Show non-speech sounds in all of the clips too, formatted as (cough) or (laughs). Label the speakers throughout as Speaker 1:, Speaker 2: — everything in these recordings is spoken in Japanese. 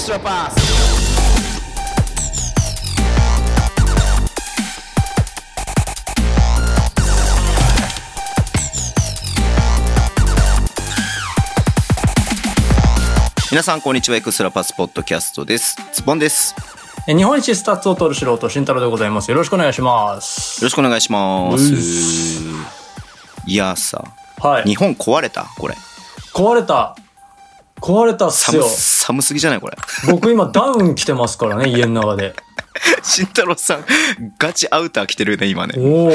Speaker 1: シュパス皆さんこんにちはエクストラパスポッドキャストですズボンですよ
Speaker 2: え日本一スタッツを取る素人、慎太郎でございます。よろしくお願いします。
Speaker 1: ろしくお願いしますいやさ
Speaker 2: は
Speaker 1: 日
Speaker 2: い。
Speaker 1: 本壊れたこれ
Speaker 2: 壊れた。壊れたっす
Speaker 1: 寒
Speaker 2: よ。
Speaker 1: 寒すぎじゃないこれ (laughs)
Speaker 2: 僕今ダウン着てますからね、家の中で。
Speaker 1: 慎太郎さんガチアウター着てるね今ね
Speaker 2: おお。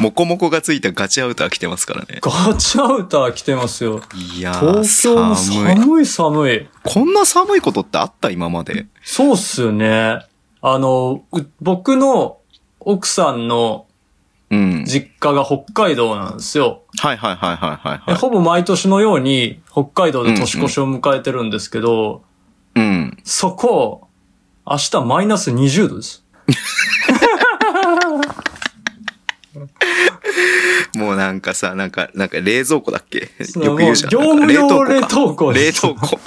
Speaker 1: モコモコがついたガチアウター着てますからね
Speaker 2: ガチアウター着てますよ。
Speaker 1: いやー
Speaker 2: 東京も
Speaker 1: 寒い
Speaker 2: 寒い寒い。
Speaker 1: こんな寒いことってあった今まで。
Speaker 2: そうっすよね。あの、う僕の奥さんの
Speaker 1: うん。
Speaker 2: 実家が北海道なんですよ。
Speaker 1: はいはいはいはいはい、
Speaker 2: で
Speaker 1: はい。
Speaker 2: ほぼ毎年のように北海道で年越しを迎えてるんですけど、
Speaker 1: うん。
Speaker 2: そこ、明日マイナス20度です。 (laughs)
Speaker 1: もうなんかさ、なんか、なんか冷蔵庫だっけ
Speaker 2: そう
Speaker 1: よく言うじゃん。
Speaker 2: もう
Speaker 1: なんか
Speaker 2: 業務用
Speaker 1: 冷
Speaker 2: 冷
Speaker 1: 凍庫か。 (laughs) 冷凍庫。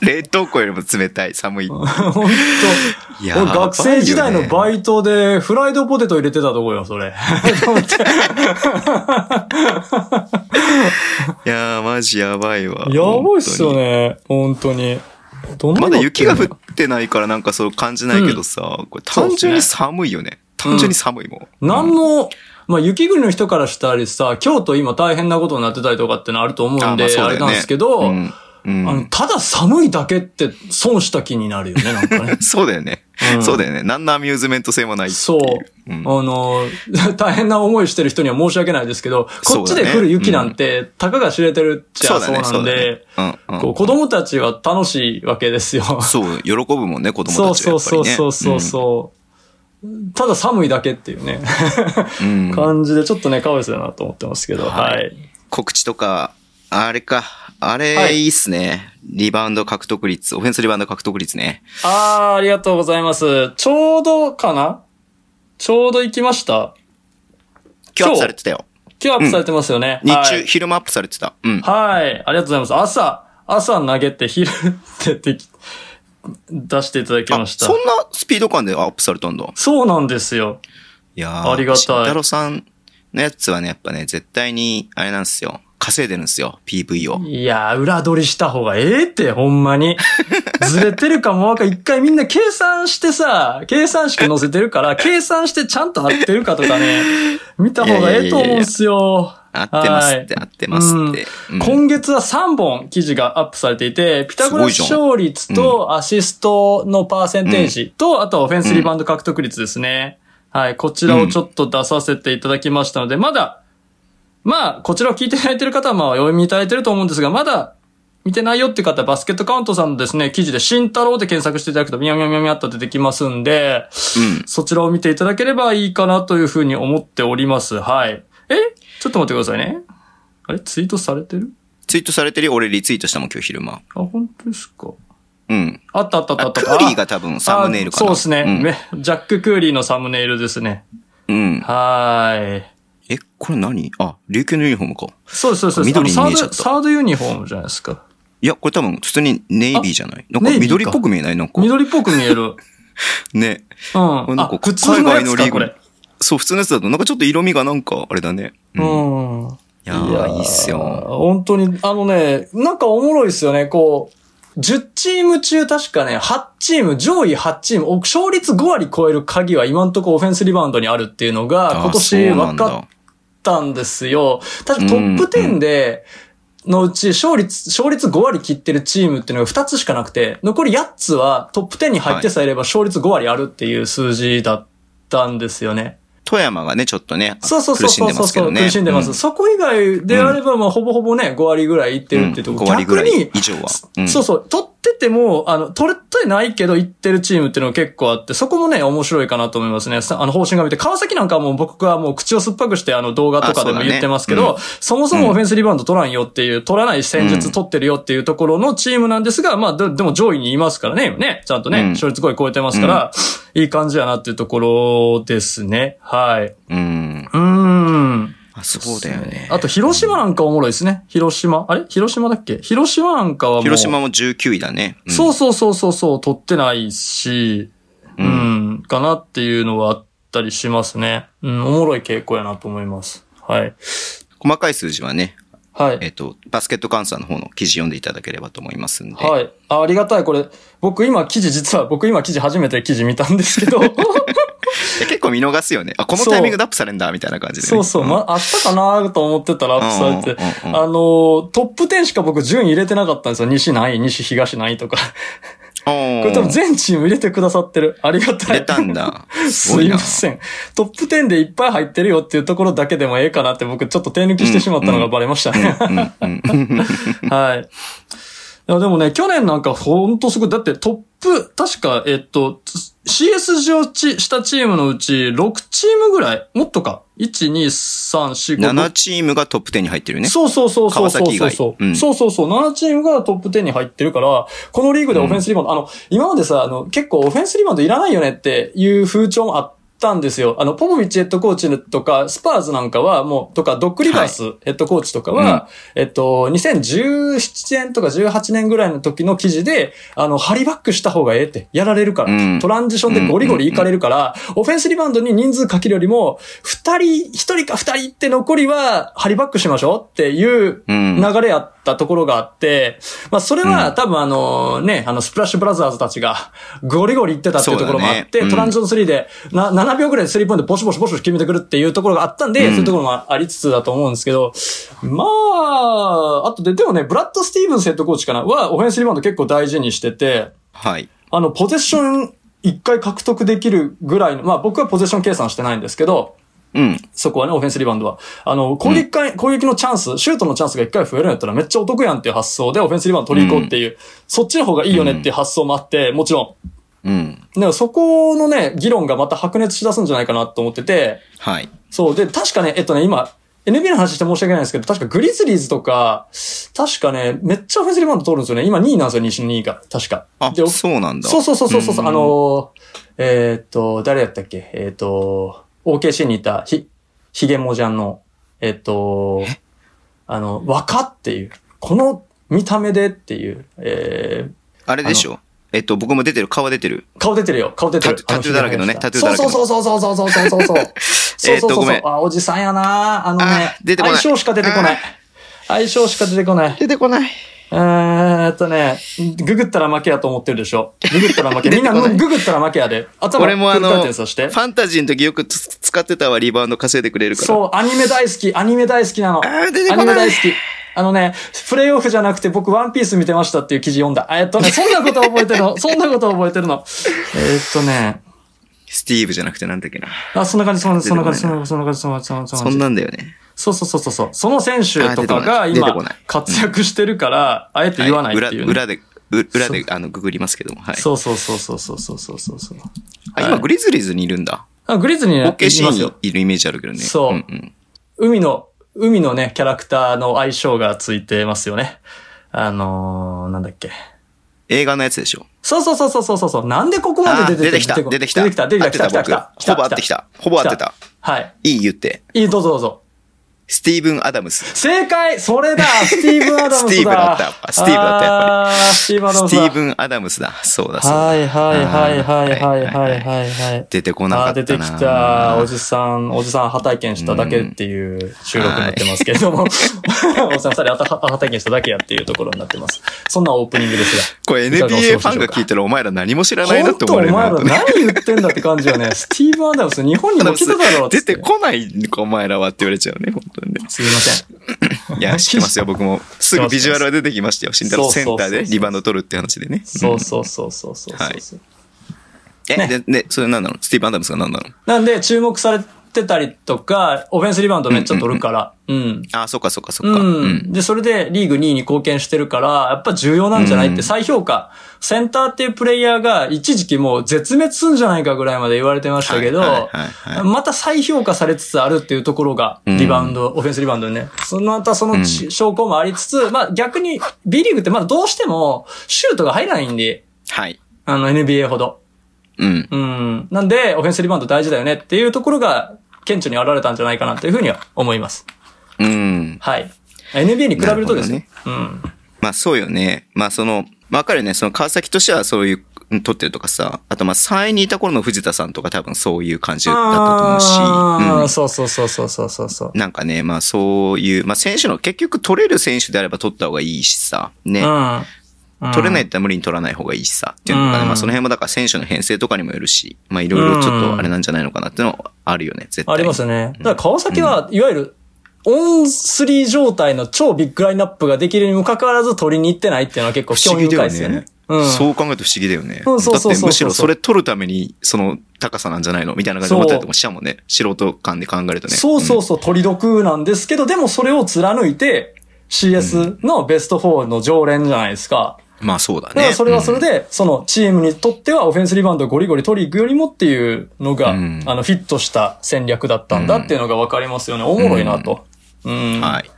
Speaker 1: 冷凍庫よりも冷たい、寒い。
Speaker 2: 本
Speaker 1: い
Speaker 2: 当。俺学生時代のバ
Speaker 1: イ
Speaker 2: イトでフライドポテト入れてたとこよ、
Speaker 1: (laughs)
Speaker 2: それ。
Speaker 1: いやー、マジやばいわ。
Speaker 2: やばいっすよ
Speaker 1: 本
Speaker 2: ね、本当に。ど
Speaker 1: 当
Speaker 2: んな
Speaker 1: に。まだ雪が降
Speaker 2: る
Speaker 1: ってないからなんかそう感じないけどさ、これ単純に寒いよね。単純に寒いもん。
Speaker 2: なんも、まあ雪国の人からしたりさ、京都今大変なことになってたりとかってのあると思うんで、
Speaker 1: まそう
Speaker 2: あ
Speaker 1: だ
Speaker 2: れ
Speaker 1: よ
Speaker 2: なんですけど、
Speaker 1: うん。うん。
Speaker 2: あの、ただ寒いだけって損した気になるよね、なんかね
Speaker 1: (laughs) そうだよね。
Speaker 2: うん
Speaker 1: そうだよね。何のアミューズメント性もないっていう。
Speaker 2: そう。
Speaker 1: うん
Speaker 2: あの、大変な思いしてる人には申し訳ないですけど、こっちで降る雪なんて、たかが知れてるっちゃそうなんで、
Speaker 1: そうだねうんうん
Speaker 2: こう子供たちは楽しいわけですよ。
Speaker 1: そう、喜ぶもんね、子供
Speaker 2: そう
Speaker 1: たちは
Speaker 2: そ
Speaker 1: や
Speaker 2: う
Speaker 1: っぱり
Speaker 2: そ
Speaker 1: ね。
Speaker 2: うそうそうそう、ただ寒いだけっていうね、
Speaker 1: うんうん
Speaker 2: 感じで、ちょっとね、かわいそうだなと思ってますけど、
Speaker 1: は
Speaker 2: はいい。
Speaker 1: 告知とか、あれか、あ
Speaker 2: は
Speaker 1: れ
Speaker 2: い
Speaker 1: いいっすね。リバウンド獲得率、オフェンスリバウンド獲得率ね。
Speaker 2: あー、ありがとうございます。ちょうどかなちょうど行きました
Speaker 1: 今日アッ
Speaker 2: 今
Speaker 1: プ
Speaker 2: 日
Speaker 1: されてたよ。
Speaker 2: 今日アップされてますよね。
Speaker 1: 日中、
Speaker 2: はい
Speaker 1: 昼間アップされてた。うん。
Speaker 2: はい。ありがとうございます。朝、朝投げて、昼ってでき出していただきま
Speaker 1: あ
Speaker 2: した。
Speaker 1: そんなスピード感でアップされたんだ。
Speaker 2: そうなんですよ。
Speaker 1: いやー
Speaker 2: ありがたい
Speaker 1: 慎太郎さんのやつはね、やっぱね、絶対に、あれなんですよ。稼いでるんですよ、PV を。
Speaker 2: いやー、裏取りした方がええって、ほん
Speaker 1: (laughs)
Speaker 2: まに。ずれてるかもわかん一回みんな計算してさ、計算式載せてるから、計算してちゃんと合ってるかとかね、見た方がええと思うんすよ。
Speaker 1: 合ってます
Speaker 2: は
Speaker 1: っ
Speaker 2: い
Speaker 1: て、合ってますって。うん
Speaker 2: 今月は3本記事がアップされていて、ピタゴラス勝率
Speaker 1: すごいじ
Speaker 2: とアシストのパーセンテージと、あとはオフェンスリバウンド獲得率ですね。はい、こちらをちょっと出させていただきましたので、まだ、まあ、こちらを聞いていただいている方は、まあ、お読みいただいていると思うんですが、まだ、見てないよって方、バスケットカウントさんのですね、記事で、新太郎で検索していただくと、みやみやみやみやっと出てきますんで、
Speaker 1: うん。
Speaker 2: そちらを見ていただければいいかなというふうに思っております。はい。えちょっと待ってくださいね。あれツイートされてる
Speaker 1: ツイートされてるよ俺リツイートしたもん、今日昼間。
Speaker 2: あ、本当ですか。
Speaker 1: うん。
Speaker 2: あったあったあったあ
Speaker 1: あ
Speaker 2: った。
Speaker 1: クーリーが多分サムネイルかな。
Speaker 2: あそうですね、
Speaker 1: ん
Speaker 2: めジャック・クーリーのサムネイルですね。
Speaker 1: うん。
Speaker 2: はーい。
Speaker 1: え、これ何あ、琉球のユニフォームか。
Speaker 2: そうですそうです。
Speaker 1: 緑に
Speaker 2: あの
Speaker 1: 見えち
Speaker 2: サ
Speaker 1: ゃっ
Speaker 2: ード、
Speaker 1: た
Speaker 2: サードユニフォームじゃないですか。
Speaker 1: いや、これ多分普通にネイビーじゃないなんか
Speaker 2: ネイビーか
Speaker 1: 緑っぽく見えないなんか。
Speaker 2: 緑っぽく
Speaker 1: (laughs)
Speaker 2: 見える。
Speaker 1: ね。
Speaker 2: うん。
Speaker 1: れなん
Speaker 2: あ
Speaker 1: か、
Speaker 2: 普通のやつか、これ。
Speaker 1: そう、普通のやつだとなんかちょっと色味がなんか、あれだね。
Speaker 2: う
Speaker 1: い
Speaker 2: ん。
Speaker 1: やー、いいっすよ。
Speaker 2: 本当に、あのね、なんかおもろいですよね、こう、10チーム中確かね、8チーム、上位8チーム、お勝率5割超える鍵は今んとこオフェンスリバウンドにあるっていうのが、今年
Speaker 1: あーそうなん
Speaker 2: 分
Speaker 1: だ
Speaker 2: かったんですよ。確かトッ
Speaker 1: う
Speaker 2: プ
Speaker 1: んう
Speaker 2: 10で、のうち勝率、勝率5割切ってるチームっていうのが2つしかなくて、残り8つはトップ10に入ってさえいれば勝率5割あるっていう数字だったんですよね。
Speaker 1: 富山がね、ちょっとね、
Speaker 2: そうそうそう
Speaker 1: 苦しん
Speaker 2: そう
Speaker 1: で
Speaker 2: そ
Speaker 1: ま
Speaker 2: う
Speaker 1: すけどね。
Speaker 2: 苦しんでます。
Speaker 1: うん
Speaker 2: そこ以外であれば、まあ、ほぼほぼね、5割ぐらいいってるっていうとこ
Speaker 1: うん5
Speaker 2: ろ、
Speaker 1: 割ぐらい
Speaker 2: 逆に
Speaker 1: 以上はうん
Speaker 2: そうそう、取ってても、あの、取れてないけどいってるチームっていうのが結構あって、そこもね、面白いかなと思いますね。さあの、方針が見て、川崎なんかはもう僕はもう口を酸っぱくして、あの、動画とかで
Speaker 1: あそうだ
Speaker 2: も
Speaker 1: ね
Speaker 2: 言ってますけ
Speaker 1: う
Speaker 2: ど、
Speaker 1: ん
Speaker 2: そもそもオフェンスリバウンド取らんよっていう、取らない戦術取ってるよっていうところのチームなんですが、まあ、ででも上位にいますからね、今ね、ちゃんと
Speaker 1: うん
Speaker 2: ね、勝率5超えてますから、いい感じやなっていうところですね。はい。
Speaker 1: うん。
Speaker 2: うーん。
Speaker 1: あ、そうだよね。
Speaker 2: あと、広島なんかおもろいですね。広島。あれ広島だっけ広島なんかはもう。
Speaker 1: 広島も19位だね。うん
Speaker 2: そうそうそうそうそう、取ってないし、う、
Speaker 1: うん
Speaker 2: かなっていうのはあったりしますね。うん、おもろい傾向やなと思います。はい。
Speaker 1: 細かい数字はね、
Speaker 2: はい
Speaker 1: え。っ、と、バスケットカウンサーの方の記事読んでいただければと思いますんで。
Speaker 2: はい。あありがたい。これ、僕今記事、実は僕今記事初めて記事見たんです
Speaker 1: (laughs)
Speaker 2: けど、
Speaker 1: で結構見逃すよね。あ、この
Speaker 2: そう
Speaker 1: タイミングでアップされるんだ、みたいな感じで、ね。
Speaker 2: そうそう、ま、あったかなと思ってたらアップされて、
Speaker 1: うん
Speaker 2: あ
Speaker 1: うんうんうん
Speaker 2: のー、トップ10しか僕順位入れてなかったんですよ。西何位、西東何位とか。
Speaker 1: こ
Speaker 2: これ多分全チーム入れてくださってる。ありがたい。
Speaker 1: 出たんだ。
Speaker 2: (laughs) すいません。トップ10でいっぱい入ってるよっていうところだけでもええかなって僕ちょっと手抜きしてしまったのがバレましたね。
Speaker 1: んうんうん
Speaker 2: (laughs) はい。いやでもね、去年なんかほんとすごい。だってトップ、確か、えっと、つ CS 上ちしたチームのうち6チームぐらいもっとか。1、2、3、4、5。
Speaker 1: 7チームがトップ10に入ってるね。
Speaker 2: そうそうそうそうそうそう
Speaker 1: 川崎
Speaker 2: そ
Speaker 1: 以
Speaker 2: う、
Speaker 1: 外うん
Speaker 2: そうそうそう。7チームがトップ10に入ってるから、このリーグでオフェンスリバウンド、あの、今までさ、あの、結構オフェンスリバウンドいらないよねっていう風潮もあったんですよ。あの、ポポビッチヘッドコーチとか、スパーズなんかは、もう、とか、ドックリバースヘッドコーチとかは、えっと、2017年とか18年ぐらいの時の記事で、あの、ハリバックした方がええって、やられるから、
Speaker 1: うん
Speaker 2: トランジションでゴリゴリいかれるから、オフェンスリバウンドに人数かけるよりも、二人、一人か二人って残りは、ハリバックしましょうっていう
Speaker 1: うん
Speaker 2: 流れやったところがあって、まあ、それは
Speaker 1: うん
Speaker 2: 多分あの、ね、あの、スプラッシュブラザーズたちが、ゴリゴリいってたっていうところもあっ
Speaker 1: そうだ
Speaker 2: て、
Speaker 1: ねうん
Speaker 2: トランジション3で、な、7秒ぐらいでスリーポイントボシボシボシボシ決めてくるっていうところがあったんで、
Speaker 1: うん
Speaker 2: そういうところもありつつだと思うんですけど、まあ、あとで、でもね、ブラッド・スティーブンスヘッドコーチかなは、オフェンスリバウンド結構大事にしてて、
Speaker 1: はい。
Speaker 2: あの、ポゼッション一回獲得できるぐらいの、まあ僕はポゼッション計算してないんですけど、
Speaker 1: うん。
Speaker 2: そこはね、オフェンスリバウンドは。あの、攻撃か、攻撃のチャンス、シュートのチャンスが一回増えるんやったらめっちゃお得やんっていう発想でオフェンスリバウンド取りに行こうっていう、そっちの方がいいよねっていう発想もあって、もちろ
Speaker 1: うん。
Speaker 2: ん。でもそこのね、議論がまた白熱しだすんじゃないかなと思ってて、
Speaker 1: はい。
Speaker 2: そう。で、確かね、えっとね、今、NBA の話して申し訳ないんですけど、確かグリズリーズとか、確かね、めっちゃオフェンスリバウンド取るんですよね。今2位なんですよ、西の2位が。確か。
Speaker 1: あ
Speaker 2: で、、
Speaker 1: そうなんだ。
Speaker 2: そうそうそうそうそう、
Speaker 1: うん
Speaker 2: あのー、えーっと、誰やったっけえーっと、OKC にいたひ、ひげもじゃんの、えーっと、あの、若っていう、この見た目でっていう、え
Speaker 1: あれでしょえっと、僕も出てる、顔出てる。
Speaker 2: ー、顔出てるよ、顔出てる。
Speaker 1: タトゥータ
Speaker 2: あ
Speaker 1: トゥーだらけのね
Speaker 2: ひげ
Speaker 1: タトゥー
Speaker 2: も
Speaker 1: だ
Speaker 2: じゃん
Speaker 1: らけの
Speaker 2: そうそうそうそうそうそうそうそう。そう
Speaker 1: (laughs) えーっ
Speaker 2: そ
Speaker 1: と
Speaker 2: うそう
Speaker 1: ご
Speaker 2: そう
Speaker 1: め。ん
Speaker 2: あ、おじさんやなあのね
Speaker 1: あ、出てこない
Speaker 2: 相性しか出てこない
Speaker 1: あ。
Speaker 2: 相性しか出てこない。
Speaker 1: 出てこない。
Speaker 2: えーっとね、ググったら負けやと思ってるでしょ。ググったら負け。みんな
Speaker 1: (laughs) 出てこない
Speaker 2: ググったら負けやで。頭
Speaker 1: 俺もあの
Speaker 2: フル回転させて
Speaker 1: フ。ァンタジーの時よくつ使ってたわ、リバウンド稼いでくれるから。
Speaker 2: そう、アニメ大好き、アニメ大好きなの。
Speaker 1: ー出て
Speaker 2: ア
Speaker 1: こ
Speaker 2: ニ
Speaker 1: ない
Speaker 2: メ大好き。あのね、プレイオフじゃなくて僕ワンピース見てましたっていう記事読んだ。えっ
Speaker 1: (laughs)
Speaker 2: とね、そんなこと覚えてるの。そんなこと覚えてるの。えっとね、
Speaker 1: スティーブじゃなくてなんだっけな。
Speaker 2: あ、そんな感じ、そんな
Speaker 1: 出てこない
Speaker 2: 感
Speaker 1: な
Speaker 2: じ、そんな感じ、そんな感じ、そんな感じ、そんな感じ。
Speaker 1: そんなんだよね。
Speaker 2: そうそうそうそうそう。その選手とか
Speaker 1: あ
Speaker 2: が
Speaker 1: ー出てこない出て
Speaker 2: 今
Speaker 1: こない
Speaker 2: 活躍してるから、あえて言わないってい
Speaker 1: は
Speaker 2: うね。
Speaker 1: 裏裏で、う裏で、あの、ググりますけども。はい。
Speaker 2: そうそうそうそうそうそうそうそうそう。
Speaker 1: あ今、グリズリーズにいるんだ。
Speaker 2: あグリズリーにね
Speaker 1: OKC
Speaker 2: います
Speaker 1: に
Speaker 2: よ。
Speaker 1: いるイメージあるけどね。
Speaker 2: そう
Speaker 1: うんうん
Speaker 2: 海の、海のね、キャラクターの相性がついてますよね。あのー、なんだっけ。
Speaker 1: 映画のやつでしょ。
Speaker 2: そうそうそうそうそうそう。なんでここま
Speaker 1: あ
Speaker 2: で
Speaker 1: ー
Speaker 2: 出
Speaker 1: 出
Speaker 2: て
Speaker 1: てきた、出てきた。
Speaker 2: 出てきた、出てきた、
Speaker 1: 合
Speaker 2: 来た、
Speaker 1: って
Speaker 2: 来た、
Speaker 1: 僕
Speaker 2: 来た。
Speaker 1: ほぼ合ってきた。ほぼ合ってた。。
Speaker 2: はい。
Speaker 1: いい言って。
Speaker 2: いい、どうぞどうぞ。
Speaker 1: スティーブン・アダムス。
Speaker 2: 正解それ
Speaker 1: (laughs)
Speaker 2: だスティーブン・アダムスだ
Speaker 1: スティーブだったやっぱスティーブだったやっぱり
Speaker 2: あースティーブン・アダム
Speaker 1: ス
Speaker 2: ス
Speaker 1: テ
Speaker 2: だ
Speaker 1: ィーブン・アダムスだ。そうだ、そうだ。
Speaker 2: はいはいはいはいはいはい
Speaker 1: い。
Speaker 2: はいはい。
Speaker 1: 出てこなかったな
Speaker 2: あー出てきた、おじさん、おじさん、は体験しただけっていう収録になってますけれど (laughs) も、おじさん二人はた、は体験しただけやっていうところになってます。そんなオープニングですが。
Speaker 1: これ
Speaker 2: いかがお過ごし
Speaker 1: NBA
Speaker 2: で
Speaker 1: フ
Speaker 2: しょうか
Speaker 1: ァンが聞いたらお前ら何も知らないな
Speaker 2: 本
Speaker 1: って
Speaker 2: 当
Speaker 1: 思
Speaker 2: お
Speaker 1: われ
Speaker 2: 前
Speaker 1: るな
Speaker 2: ら
Speaker 1: とね。
Speaker 2: 何言ってんだって感じよ (laughs) ね。スティーブン・アダムス、日本にも来てただろうっつ
Speaker 1: 出
Speaker 2: って
Speaker 1: てこないのかお前らはって言われちゃうね、本当にね。
Speaker 2: すいません。
Speaker 1: い
Speaker 2: (laughs)
Speaker 1: や、知ってますよ、僕も。すぐビジュアルは出てきましたよ。死んだら
Speaker 2: そうそう
Speaker 1: セ
Speaker 2: そう
Speaker 1: ンターでリバウンド取るって話でね。
Speaker 2: そうそうそうそうそうそうそう。
Speaker 1: え、で、で、それ何なのスティーブン・アダムスが何なの
Speaker 2: なんで、注目されてたりとか、オフェンスリバウンドめっちゃ取るから、うん。
Speaker 1: あ、そっかそっかそっか。う。
Speaker 2: うんん。で、それでリーグ2位に貢献してるから、やっぱ重要なんじゃないって、再評価。センターっていうプレイヤーが一時期もう絶滅すんじゃないかぐらいまで言われてました
Speaker 1: はいは
Speaker 2: け
Speaker 1: い
Speaker 2: ど
Speaker 1: はいは、い
Speaker 2: また再評価されつつあるっていうところが、
Speaker 1: ん
Speaker 2: リバウンド、オフェンスリバウンドにね。そのまたそのし証拠もありつつ、まあ逆に B リーグってまだどうしてもシュートが入らないんで、
Speaker 1: はい。
Speaker 2: あの NBA ほど。
Speaker 1: うん。
Speaker 2: うん。なんで、オフェンスリバウンド大事だよねっていうところが、顕著に現れたんじゃないかなというふうには思います。
Speaker 1: うん。
Speaker 2: はい。NBA に比べるとですね。うん。
Speaker 1: まあそうよね。まあその、わかるよね。その川崎としてはそういう、取ってるとかさ。あとまあ3位にいた頃の藤田さんとか多分そういう感じだったと思うし。
Speaker 2: あ
Speaker 1: う
Speaker 2: ー
Speaker 1: ん
Speaker 2: そうそうそうそうそうそうそう。
Speaker 1: なんかね、まあそういう、まあ選手の、結局取れる選手であれば取った方がいいしさ、ね。
Speaker 2: うん。。
Speaker 1: 取れないいって無理に取らない方がいいしさ、っていうのがね、
Speaker 2: うん
Speaker 1: まあその辺もだから選手の編成とかにもよるし、まあいろいろちょっとあれなんじゃないのかなっていうのはあるよね、絶対。
Speaker 2: ありますね。だから川崎は、いわゆる、オンスリー状態の超ビッグラインナップができるにもかかわらず取りに行ってないっていうのは結構
Speaker 1: 不
Speaker 2: 興
Speaker 1: 思
Speaker 2: 味
Speaker 1: 議だ
Speaker 2: 深い
Speaker 1: よ
Speaker 2: ですよ
Speaker 1: ね
Speaker 2: ね。。うん。
Speaker 1: そう考えると不思議だよね。
Speaker 2: うんそう
Speaker 1: だ
Speaker 2: そうそうそう
Speaker 1: ってむしろそれ取るために、その高さなんじゃないのみたいな感じで思ったりとかもしちゃうもんね。素人感で考えるとね。
Speaker 2: そうそう
Speaker 1: うん
Speaker 2: そう、取り得なんですけど、でもそれを貫いて、CS のベスト4の常連じゃないですか。
Speaker 1: まあそうだ
Speaker 2: だか
Speaker 1: ね。
Speaker 2: らそれはそれ
Speaker 1: うん、
Speaker 2: で、そのチームにとってはオフェンスリバウンドをゴリゴリ取り行くよりもっていうのが、
Speaker 1: うん
Speaker 2: あの、フィットした戦略だったんだっていうのがわかりますよね。おもろいなと。うん。。
Speaker 1: はいい。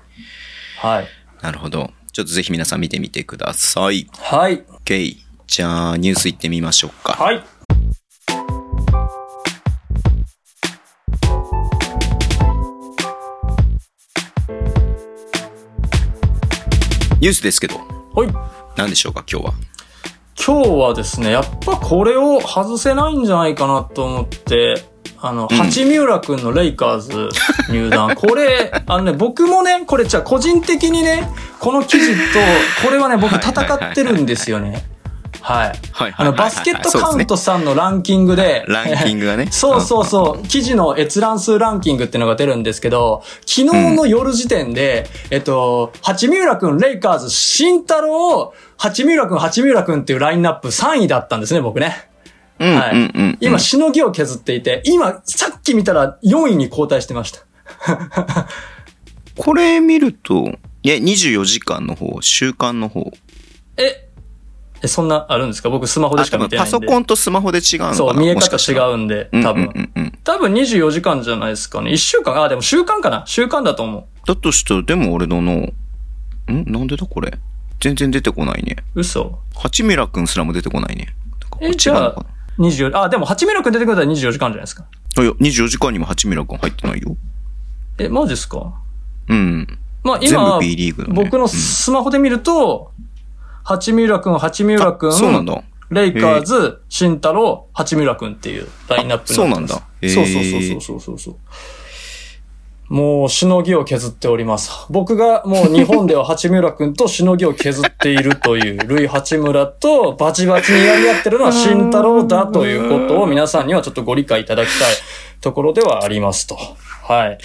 Speaker 2: はい。
Speaker 1: なるほど。ちょっとぜひ皆さん見てみてください。
Speaker 2: はい。
Speaker 1: OK。じゃあニュース行ってみましょうか。
Speaker 2: はい。
Speaker 1: ニュースですけど、
Speaker 2: ほい。
Speaker 1: 何でしょうか、今日は。
Speaker 2: 今日はですね、やっぱこれを外せないんじゃないかなと思って、あの、
Speaker 1: うん
Speaker 2: 八三浦くんのレイカーズ
Speaker 1: (laughs)
Speaker 2: 入団。これ、あのね、僕もね、これじゃあ個人的にね、この記事と、これはね、僕
Speaker 1: はいはいはいはい
Speaker 2: 戦ってるんですよね。はい。
Speaker 1: はい
Speaker 2: あの、バスケットカウントさんのランキングで、
Speaker 1: ランキングがね
Speaker 2: (laughs) そうそうそう、記事の閲覧数ランキングっていうのが出るんですけど、昨日の夜時点で、えっと、八三浦くん、レイカーズ、慎太郎、八三浦くん、八三浦くんっていうラインナップ3位だったんですね、僕ね。
Speaker 1: うんうん
Speaker 2: はい。
Speaker 1: うんうん。
Speaker 2: 今、しのぎを削っていて、今、さっき見たら4位に後退してました。
Speaker 1: これ見ると、いや、24時間の方、週間の方。
Speaker 2: え、え、そんなあるんですか僕スマホで
Speaker 1: あ、
Speaker 2: しか
Speaker 1: 多
Speaker 2: 見
Speaker 1: 分
Speaker 2: てな
Speaker 1: パ
Speaker 2: いんで。
Speaker 1: ソコンとスマホで違うのかな
Speaker 2: そう、見え
Speaker 1: もし
Speaker 2: 方
Speaker 1: かしたら
Speaker 2: 違うんで、多分。
Speaker 1: うんうんうんうん。
Speaker 2: 多分24時間じゃないですかね。1週間、あ、でも週間かな週間だと思う。
Speaker 1: だとしたら、でも俺のの、んなんでだこれ。全然出てこないね。
Speaker 2: 嘘
Speaker 1: 八村くんすらも出てこないね。なんかこれ
Speaker 2: え、じ
Speaker 1: 違う
Speaker 2: ゃ
Speaker 1: のか
Speaker 2: あ、24、あ、でも、八村くん出てくれたら24時間じゃないですか。
Speaker 1: な。いや、24時間にも八村くん入ってないよ。
Speaker 2: え、マジですか
Speaker 1: うん。
Speaker 2: まあ、
Speaker 1: 全
Speaker 2: 今
Speaker 1: 部 B リーグだね。
Speaker 2: 僕
Speaker 1: う
Speaker 2: の
Speaker 1: ん
Speaker 2: スマホで見ると、八村くん、八村くん、
Speaker 1: あそうなんだ。
Speaker 2: レイカーズ、慎太郎、八村くんっていうラインナップにっ
Speaker 1: あそう
Speaker 2: てます
Speaker 1: なんだへー
Speaker 2: そうそうそうそうそうそう。もう、しのぎを削っております。僕がもう日本では八村くんとしのぎを削っているという、ルイ八村とバチバチにやり合ってるのは慎太郎だということを皆さんにはちょっとご理解いただきたいところではありますと。はい。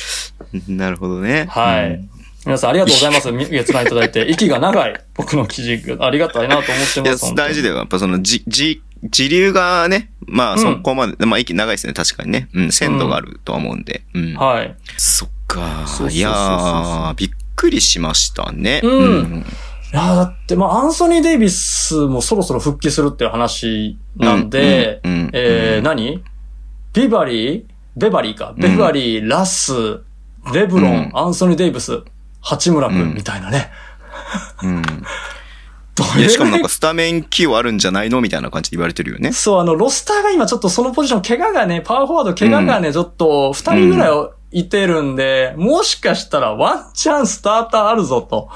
Speaker 1: なるほどね。
Speaker 2: は
Speaker 1: う
Speaker 2: い
Speaker 1: ん。。
Speaker 2: 皆さんありがとうございます。み (laughs) 月覧いただいて。息が長い。僕の記事、ありがたいなと思って
Speaker 1: いや
Speaker 2: ます。本、当に
Speaker 1: 大事だよ。やっぱその、じ、じ、時流がね、まあ、
Speaker 2: うん
Speaker 1: そこまで、まあ、息長いですね、確かにね。うん、鮮度があるとは思うんで。うん。
Speaker 2: はい。
Speaker 1: そっか
Speaker 2: そうそうそうそう。
Speaker 1: いやー、びっくりしましたね。
Speaker 2: うん
Speaker 1: ん
Speaker 2: いやーだって、まあ、アンソニー・デイビスもそろそろ復帰するっていう話なんで、
Speaker 1: うんうんうん
Speaker 2: えー、何ビバリーベバリーか。ベバリー、ラス、レブロン、
Speaker 1: うん
Speaker 2: アンソニー・デイビス、八村君みたいなね。
Speaker 1: うん。
Speaker 2: ど
Speaker 1: い
Speaker 2: れぐら
Speaker 1: や、
Speaker 2: い
Speaker 1: しかもなんかスタメン起用あるんじゃないのみたいな感じで言われてるよね。
Speaker 2: (laughs) そう、あの、ロスターが今ちょっとそのポジション、怪我がね、パワーフォワード怪我がね、ちょっと、二人ぐらいをいてるんで、もしかしたらワンチャンスターターあるぞ、と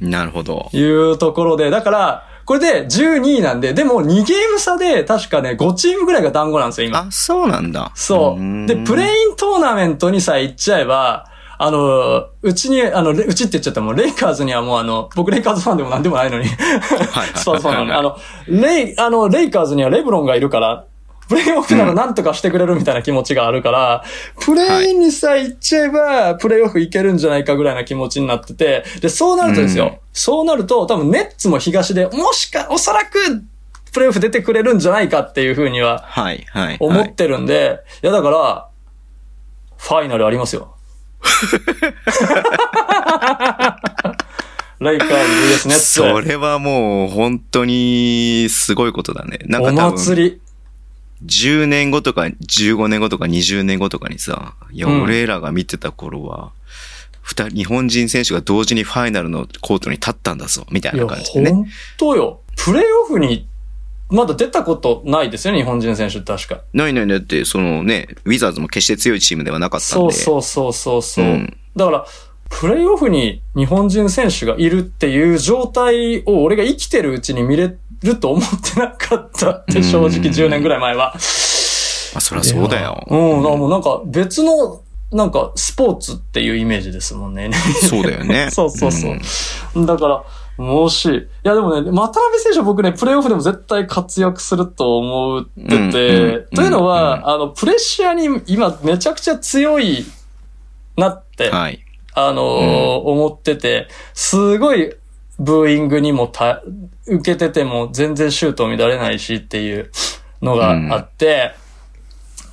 Speaker 1: なるほど。
Speaker 2: いうところで、だから、これで12位なんで、でも2ゲーム差で、確かね、5チームぐらいが団子なんですよ、今。
Speaker 1: あ、そうなんだ。
Speaker 2: そう。で、プレ
Speaker 1: イ
Speaker 2: イントーナメントにさえ行っちゃえば、あの、うちに、あの、レうちって言っちゃったもん、レイカーズにはもうあの、僕レイカーズファンでもなんでもないのに、 (laughs)
Speaker 1: い
Speaker 2: スパーズファンなのに、あの、レイ、あの、レイカーズにはレブロンがいるから、プレイオフならなんとかしてくれるみたいな気持ちがあるから、プレイにさえ行っちゃえば、プレイオフいけるんじゃないかぐらいな気持ちになってて、で、そうなるとですよ、
Speaker 1: うん
Speaker 2: そうなると、多分ネッツも東で、もしか、おそらく、プレイオフ出てくれるんじゃないかっていうふうには
Speaker 1: はい、はい。
Speaker 2: 思
Speaker 1: は
Speaker 2: っ
Speaker 1: い
Speaker 2: てるんで、い、やだから、ファイナルありますよ。
Speaker 1: (laughs)
Speaker 2: レイカーズ VS ネッツ。
Speaker 1: それはもう本当にすごいことだね。なん
Speaker 2: お
Speaker 1: か多分、
Speaker 2: 祭り。
Speaker 1: 10年後とか15年後とか20年後とかにさ、いや、
Speaker 2: うん
Speaker 1: 俺らが見てた頃は、二人、日本人選手が同時にファイナルのコートに立ったんだぞ、みたい
Speaker 2: い
Speaker 1: な
Speaker 2: や、
Speaker 1: 感じでね。
Speaker 2: 本当よ。プレイオフにまだ出たことないですよね、日本人選手って確か。
Speaker 1: ないないないだって、そのね、ウィザーズも決して強いチームではなかったん
Speaker 2: そ
Speaker 1: で。
Speaker 2: うそうそうそうそう。
Speaker 1: うん
Speaker 2: だから、プレイオフに日本人選手がいるっていう状態を俺が生きてるうちに見れると思ってなかったって、正直
Speaker 1: うん
Speaker 2: 10年ぐらい前は。
Speaker 1: まあ、そりゃそうだよ。
Speaker 2: うん、だからもうなんか別の、なんかスポーツっていうイメージですもんね。
Speaker 1: そうだよね。
Speaker 2: (laughs) そうそうそうんだから、もし、いやでもね、渡辺選手は僕ね、プレイオフでも絶対活躍すると思ってて、
Speaker 1: うんうん
Speaker 2: というのは、
Speaker 1: う
Speaker 2: あの、プレッシャーに今めちゃくちゃ強いなって、
Speaker 1: はい。
Speaker 2: あのー思ってて、すごいブーイングにもた、受けてても全然シュート乱れないしっていうのがあって、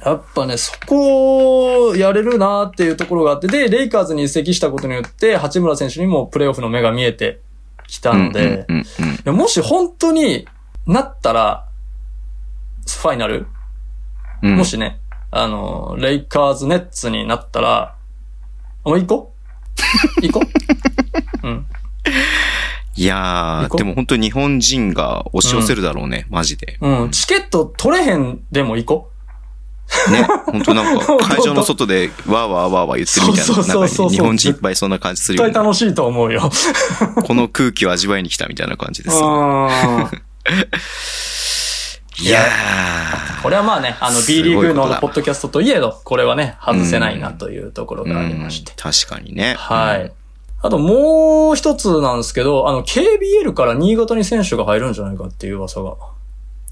Speaker 2: やっぱね、そこをやれるなっていうところがあって、で、レイカーズに移籍したことによって、八村選手にもプレイオフの目が見えてきたので、い
Speaker 1: うんうんうん
Speaker 2: やもし本当になったら、ファイナル、
Speaker 1: うんうん
Speaker 2: もしね、あの、レイカーズネッツになったら、もう行こう行こううん。
Speaker 1: いや
Speaker 2: 行こ
Speaker 1: ー、
Speaker 2: う
Speaker 1: でも本当に日本人が押し寄せるだろうね、マジで。
Speaker 2: うん。チケット取れへんでも行こ
Speaker 1: ね、本当なんか
Speaker 2: (laughs) 本当
Speaker 1: 会場の外でわーわーわーわー言ってるみた
Speaker 2: そう
Speaker 1: い
Speaker 2: そ
Speaker 1: な、
Speaker 2: う
Speaker 1: 中
Speaker 2: そうそう
Speaker 1: に日本人いっぱいそんな感じす
Speaker 2: う。
Speaker 1: るよ、
Speaker 2: 絶対
Speaker 1: ね。
Speaker 2: 楽しいと思うよ。
Speaker 1: この空気を味わいに来たみたいな感じです。
Speaker 2: うん。
Speaker 1: いや
Speaker 2: (laughs) これはまあね、あの、
Speaker 1: すご
Speaker 2: B
Speaker 1: い
Speaker 2: リーグの
Speaker 1: ことだ
Speaker 2: ポッドキャストといえど、これはね、外せないなというところ
Speaker 1: ー、う
Speaker 2: があり
Speaker 1: ん
Speaker 2: まして。
Speaker 1: 確かにね。
Speaker 2: はい
Speaker 1: うん。。
Speaker 2: あともう一つなんですけど、あの、KBL から新潟に選手が入るんじゃないかっていう噂が、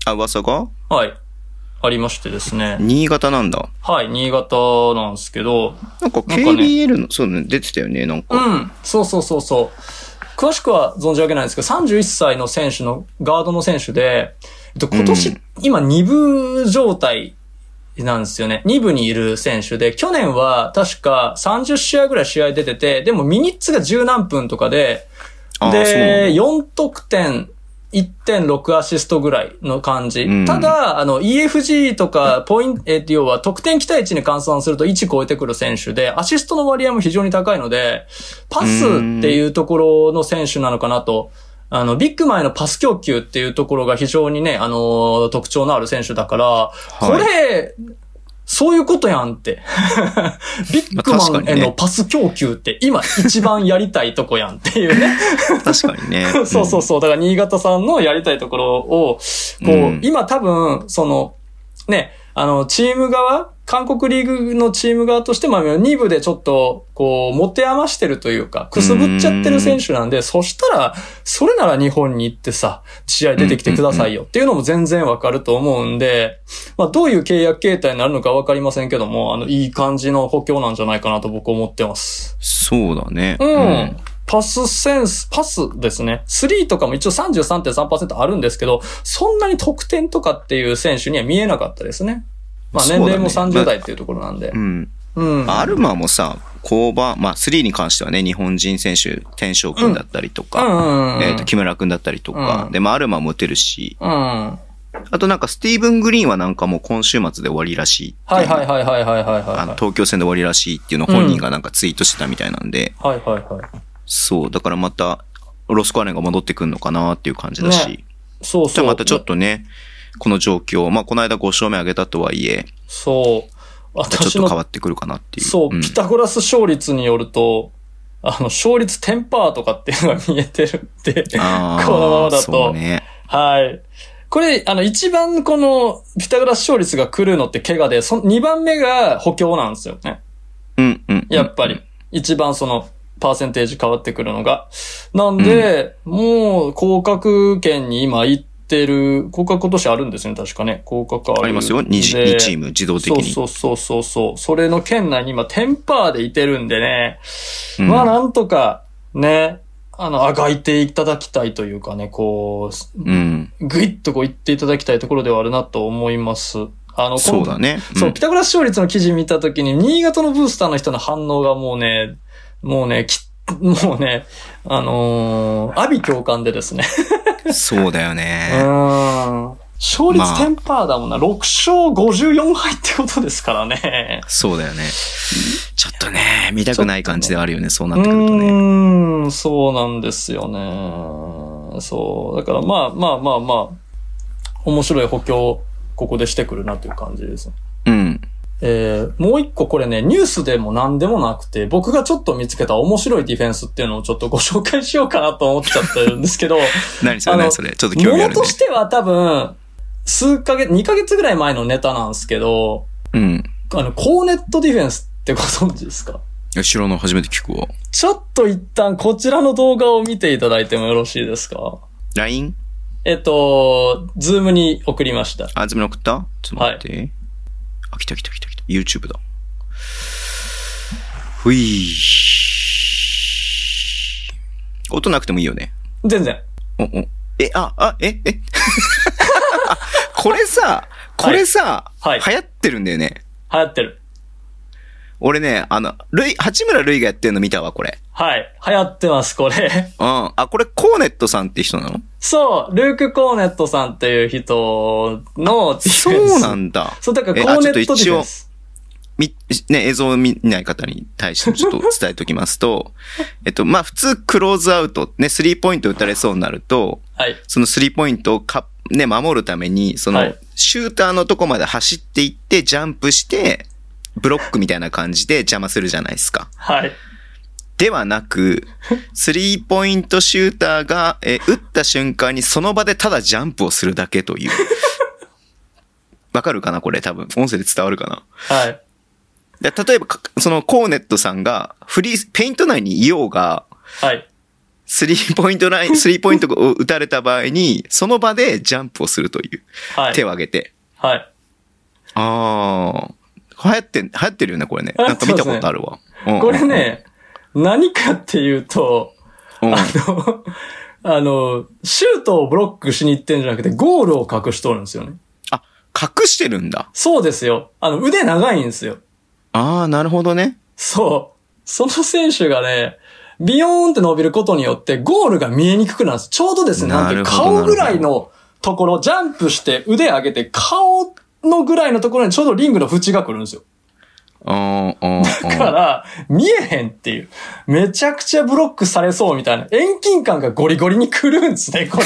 Speaker 1: あ、噂が
Speaker 2: はい、ありましてですね。
Speaker 1: 新潟なんだ。
Speaker 2: はい、新潟なんですけど、
Speaker 1: なんか
Speaker 2: なんかね
Speaker 1: KBL の、そうね、出てたよね、なんか。
Speaker 2: うん、そうそうそうそう。詳しくは存じ上げないんですけど、31歳の選手の、ガードの選手で、えっと、今年、
Speaker 1: う
Speaker 2: 今2部状態なんですよね。2部にいる選手で、去年は確か30試合ぐらい試合出てて、でもミニッツが10何分とかで、
Speaker 1: あーそうなんだ
Speaker 2: で、4得点、1.6アシストぐらいの感じ。
Speaker 1: うん
Speaker 2: ただ、あの、EFG とか、ポイント、えー要は得点期待値に換算すると1超えてくる選手で、アシストの割合も非常に高いので、パスっていうところの選手なのかなと。あの、ビッグ前のパス供給っていうところが非常にね、あのー特徴のある選手だから、
Speaker 1: い
Speaker 2: これ、そういうことやんって。 (laughs) ビッグマンへのパス供給って今一番やりたいとこやんっていうね。。
Speaker 1: 確かにね
Speaker 2: (laughs) そうそうそう。だから新潟さんのやりたいところを、こう、
Speaker 1: うん
Speaker 2: 今多分、その、ね、あの、チーム側、韓国リーグのチーム側としても、2部でちょっと、こう、持て余してるというか、くすぶっちゃってる選手なんで、そしたら、それなら日本に行ってさ、試合出てきてくださいよっていうのも全然わかると思うんで、まあ、どういう契約形態になるのかわかりませんけども、あの、いい感じの補強なんじゃないかなと僕思ってます。
Speaker 1: そうだね。
Speaker 2: うん。パスセンス、パスですね。スリーとかも一応33.3%あるんですけど、そんなに得点とかっていう選手には見えなかったですね。まあ
Speaker 1: そう
Speaker 2: 年
Speaker 1: だね
Speaker 2: 齢も30代っていうところなんで
Speaker 1: う。ん。
Speaker 2: うん。
Speaker 1: アルマもさ、工場、まあ、3に関してはね、日本人選手、天翔くんだったりと
Speaker 2: うん
Speaker 1: か、
Speaker 2: うんうん。
Speaker 1: えっ、と、木村くんだったりとか、
Speaker 2: うん
Speaker 1: で、まあ、アルマも打てるし、
Speaker 2: うん。は
Speaker 1: あとなんか、スティーブン・グリーンはなんかもう今週末で終わりらしいって
Speaker 2: いはいいうはいはいはいはいはい。
Speaker 1: あの、
Speaker 2: は
Speaker 1: 東京戦で終わりらしいっていうのを本人がなんかツイートしてたみたいなんで、
Speaker 2: いはいはい。
Speaker 1: そう、だからまた、ロスコアレンが戻ってくるのかなっていう感じだし、
Speaker 2: ねそう
Speaker 1: じ
Speaker 2: そ
Speaker 1: ゃ
Speaker 2: う。
Speaker 1: あまたちょっとね、この状況、まあ、この間5勝目上げたとはいえ、
Speaker 2: そう。
Speaker 1: またち
Speaker 2: 私
Speaker 1: ょっと
Speaker 2: の
Speaker 1: 変わってくるかなっていう。
Speaker 2: そう、
Speaker 1: ん
Speaker 2: ピタゴラス勝率によると、あの、勝率10%とかっていうのが見えてるって、こ
Speaker 1: あー
Speaker 2: のままだと。
Speaker 1: そうね。
Speaker 2: はい。これ、あの、一番この、ピタゴラス勝率が来るのって怪我で、その二番目が補強なんですよね。
Speaker 1: うんうん。
Speaker 2: やっぱり。一番その、パーセンテージ変わってくるのが。なんで、もう、降格圏に今行ってる、降格今年あるんですよね、確かね。降格ある
Speaker 1: ありますよ。2, 二
Speaker 2: で
Speaker 1: チーム、自動的に。
Speaker 2: そうそうそうそうそう。それの県内に今10%でいてるんでね。
Speaker 1: うん
Speaker 2: まあなんとか、ね、あの、あがいていただきたいというかね、こう、
Speaker 1: うん。
Speaker 2: ぐいっとこう言っていただきたいところではあるなと思います。あの、
Speaker 1: そうだ
Speaker 2: ね。
Speaker 1: ね。
Speaker 2: そうう、
Speaker 1: ん
Speaker 2: ピタゴラス勝率の記事見たときに、新潟のブースターの人の反応がもうね、もうね、きもうね、あのー、阿鼻共感でですね。
Speaker 1: そうだよ
Speaker 2: う
Speaker 1: ね。
Speaker 2: ーん。勝率
Speaker 1: まあ
Speaker 2: 10%だもんな。6勝54敗ってことですからね。
Speaker 1: そうだよね。ちょっとね、見たくない感じではあるよね、そうなってくると
Speaker 2: う
Speaker 1: ね。
Speaker 2: ーん、そうなんですよね。そう。だからまあまあまあまあ、面白い補強をここでしてくるなという感じです。
Speaker 1: うん。
Speaker 2: えーもう一個これね、ニュースでも何でもなくて、僕がちょっと見つけた面白いディフェンスっていうのをちょっとご紹介しようかなと思っちゃってるんですけ
Speaker 1: (laughs)
Speaker 2: ど、
Speaker 1: 何そ
Speaker 2: あ
Speaker 1: れ
Speaker 2: の
Speaker 1: 何それちょっと興
Speaker 2: も
Speaker 1: 味ある
Speaker 2: の
Speaker 1: ね
Speaker 2: と。しては多分、数ヶ月、2ヶ月ぐらい前のネタなんですけど、
Speaker 1: うん。
Speaker 2: あの、コーネットディフェンスってご存知ですか
Speaker 1: 後ろの初めて聞くわ。
Speaker 2: ちょっと一旦こちらの動画を見ていただいてもよろしいですか
Speaker 1: LINE?
Speaker 2: えっと、ズームに送りました。
Speaker 1: あ、ズムに送ったちょっと待って。あ、来た来た来た来た。YouTube だ。ふい音なくてもいいよね。
Speaker 2: 全然。
Speaker 1: お、お。え、あ、あ、え、え。 (laughs) これさ、これさ、
Speaker 2: はいはい
Speaker 1: 流行ってるんだよね。
Speaker 2: 流行ってる。
Speaker 1: 俺ね、あの、ルイ、八村塁がやってるの見たわ、これ。
Speaker 2: はい。流行ってます、これ。
Speaker 1: うん。あ、これコーネットさんって人なの
Speaker 2: そう、ルーク・コーネットさんっていう人のディフェンス。
Speaker 1: そうなんんだ。
Speaker 2: そう、だか
Speaker 1: え
Speaker 2: ら
Speaker 1: あ
Speaker 2: コ
Speaker 1: ち
Speaker 2: ーネ
Speaker 1: ょっと
Speaker 2: ッ
Speaker 1: 一
Speaker 2: ト
Speaker 1: 応
Speaker 2: ディフェンス。
Speaker 1: み、ね、映像を見ない方に対してちょっと伝えておきますと、 (laughs) えっと、まあ、普通クローズアウト、ね、スリーポイント打たれそうになると、
Speaker 2: はい。
Speaker 1: そのスリーポイントをか、ね、守るために、そ
Speaker 2: は
Speaker 1: の
Speaker 2: い、
Speaker 1: シューターのとこまで走っていって、ジャンプして、ブロックみたいな感じで邪魔するじゃないですか。
Speaker 2: はい。
Speaker 1: ではな
Speaker 2: (laughs)
Speaker 1: く、スリーポイントシューターが、えー打った瞬間にその場でただジャンプをするだけと
Speaker 2: (laughs)
Speaker 1: いう。わかるかなこれ多分。音声で伝わるかな
Speaker 2: はい。
Speaker 1: で例えば、かそのコーネットさんが、フリー、ペイント内にいようが、
Speaker 2: はい。
Speaker 1: スリーポイントライ
Speaker 2: (laughs)
Speaker 1: ン、スリーポイントを打たれた場合に、その場でジャンプをするという。
Speaker 2: はい。
Speaker 1: 手を挙げて。
Speaker 2: はい。
Speaker 1: ああ。流行ってん、流行ってるよね、これね。
Speaker 2: 流行
Speaker 1: な
Speaker 2: っ
Speaker 1: ん
Speaker 2: て
Speaker 1: か
Speaker 2: ます
Speaker 1: 見
Speaker 2: ね
Speaker 1: たことあるわ。うん
Speaker 2: これ。ね、何かっていうと、
Speaker 1: うん。
Speaker 2: あの、あの、シュートをブロックしに行ってんじゃなくて、ゴールを隠しとるんですよね。
Speaker 1: あ、隠してるんだ。
Speaker 2: そうですよ。あの、腕長いんですよ。
Speaker 1: ああ、なるほどね。
Speaker 2: そう。その選手がね、ビヨーンって伸びることによってゴールが見えにくくなるんです。ちょうどですね、なんて
Speaker 1: なるほど
Speaker 2: 顔ぐらいのところ、ジャンプして腕上げて顔のぐらいのところにちょうどリングの縁が来るんですよ。
Speaker 1: うん、うん、うん。
Speaker 2: だから、見えへんっていう。めちゃくちゃブロックされそうみたいな。遠近感がゴリゴリに来るんですね、これ。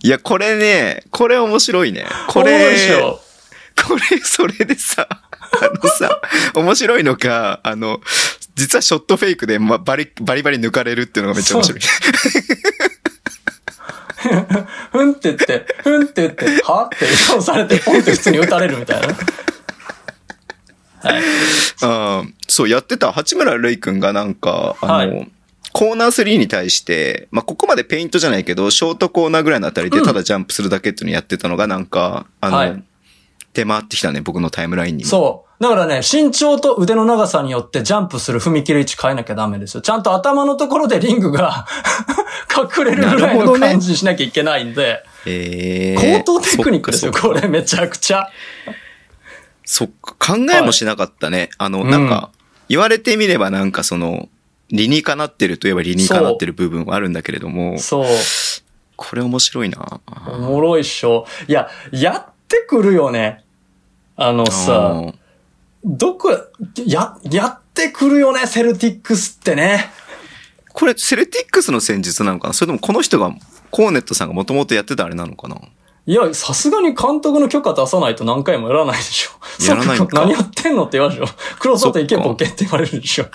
Speaker 1: いや、これね、これ面白いね。 (laughs) こ
Speaker 2: おもろい
Speaker 1: れ
Speaker 2: っ、しょ
Speaker 1: これ、それでさ、 (laughs) あのさ、面白いのか、あの、実はショットフェイクで、ま、バリ、バリバリ抜かれるっていうのがめっちゃ面白い。
Speaker 2: ふんって言って、ふんって言って、はって顔されて、ポンって普通に打たれるみたいな。はい。
Speaker 1: あー (laughs) そう、やってた八村塁くんがなんか、あの、
Speaker 2: は
Speaker 1: コーナー3に対して、まあ、ここまでペイントじゃないけど、ショートコーナーぐらいのあたりでただジャンプするだけっていうのやってたのがなんか、あの、
Speaker 2: はい
Speaker 1: 出回ってきたね、僕のタイムラインにも。
Speaker 2: そう。だからね、身長と腕の長さによってジャンプする踏み切る位置変えなきゃダメですよ。ちゃんと頭のところでリングが (laughs) 隠れるぐらい
Speaker 1: なるほ
Speaker 2: の
Speaker 1: どね
Speaker 2: 感じにしなきゃいけないんで、
Speaker 1: えー
Speaker 2: 高等テクニックですよ、
Speaker 1: そっか
Speaker 2: これめちゃくちゃ。
Speaker 1: そっか、考えもしなかったね。あの、なんか、言われてみればなんかその、理にかなってるといえば理にかなってる部分はあるんだけれども、
Speaker 2: そう。
Speaker 1: これ面白いな。
Speaker 2: おもろいっしょ。いや、やってくるよね。あの
Speaker 1: う
Speaker 2: さ、
Speaker 1: ん
Speaker 2: どこ、や、やってくるよね、セルティックスってね。
Speaker 1: これ、セルティックスの戦術なのかなそれともこの人が、コーネットさんがもともとやってたあれなのかない
Speaker 2: や、さすがに監督の許可出さないと何回もやらないでしょ。
Speaker 1: (laughs) やらないんか
Speaker 2: そこ何やってんのって言わ
Speaker 1: (laughs)
Speaker 2: れるでしょ。クロスアウトいけボケって言われるでしょ。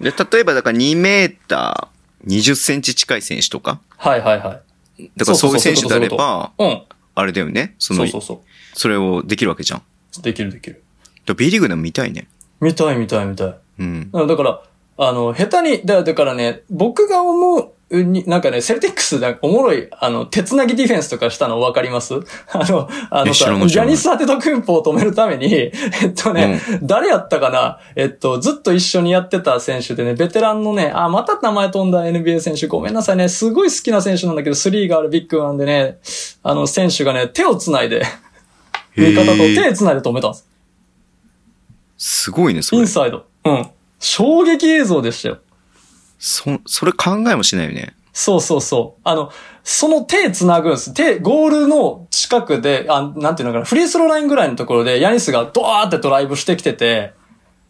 Speaker 1: で、例えばだから2メーター20センチ近い選手とか
Speaker 2: はいはいはい。
Speaker 1: だからそういう選手であれば、
Speaker 2: うん。
Speaker 1: あれだよねそ
Speaker 2: そ
Speaker 1: の
Speaker 2: うそうそ
Speaker 1: それをできるわけじゃん。だか
Speaker 2: う。できるできる。
Speaker 1: ら B リーグでも見たいね。
Speaker 2: 見たい見たい見たい。
Speaker 1: うん。
Speaker 2: あのだから、あの、下手に、だだからね、僕が思うに、なんかね、セルティックスでおもろい、あの、手つなぎディフェンスとかしたの分かります (laughs) あの、あの
Speaker 1: え知
Speaker 2: さ、
Speaker 1: らない知
Speaker 2: ジ
Speaker 1: ら
Speaker 2: ャ
Speaker 1: ない
Speaker 2: ニス・アテト君法を止めるために、 (laughs) えっとね、誰やったかなえっと、ずっと一緒にやってた選手でね、ベテランのね、あ、また名前飛んだ NBA 選手、ごめんなさいね、すごい好きな選手なんだけど、スリーがあるビッグワンでね、あの、選手がね、手をつないで、味方と
Speaker 1: へー
Speaker 2: 手つないで止めたんです。
Speaker 1: すごいね、そ
Speaker 2: イ
Speaker 1: れ
Speaker 2: ン。サイド。うん。衝撃映像でしたよ。
Speaker 1: そ、それ考えもしないよね。
Speaker 2: そうそうそう。あの、その手繋ぐんです。手、ゴールの近くで、あなんていうのかな、フリースローラインぐらいのところで、ヤニスがドワーってドライブしてきてて、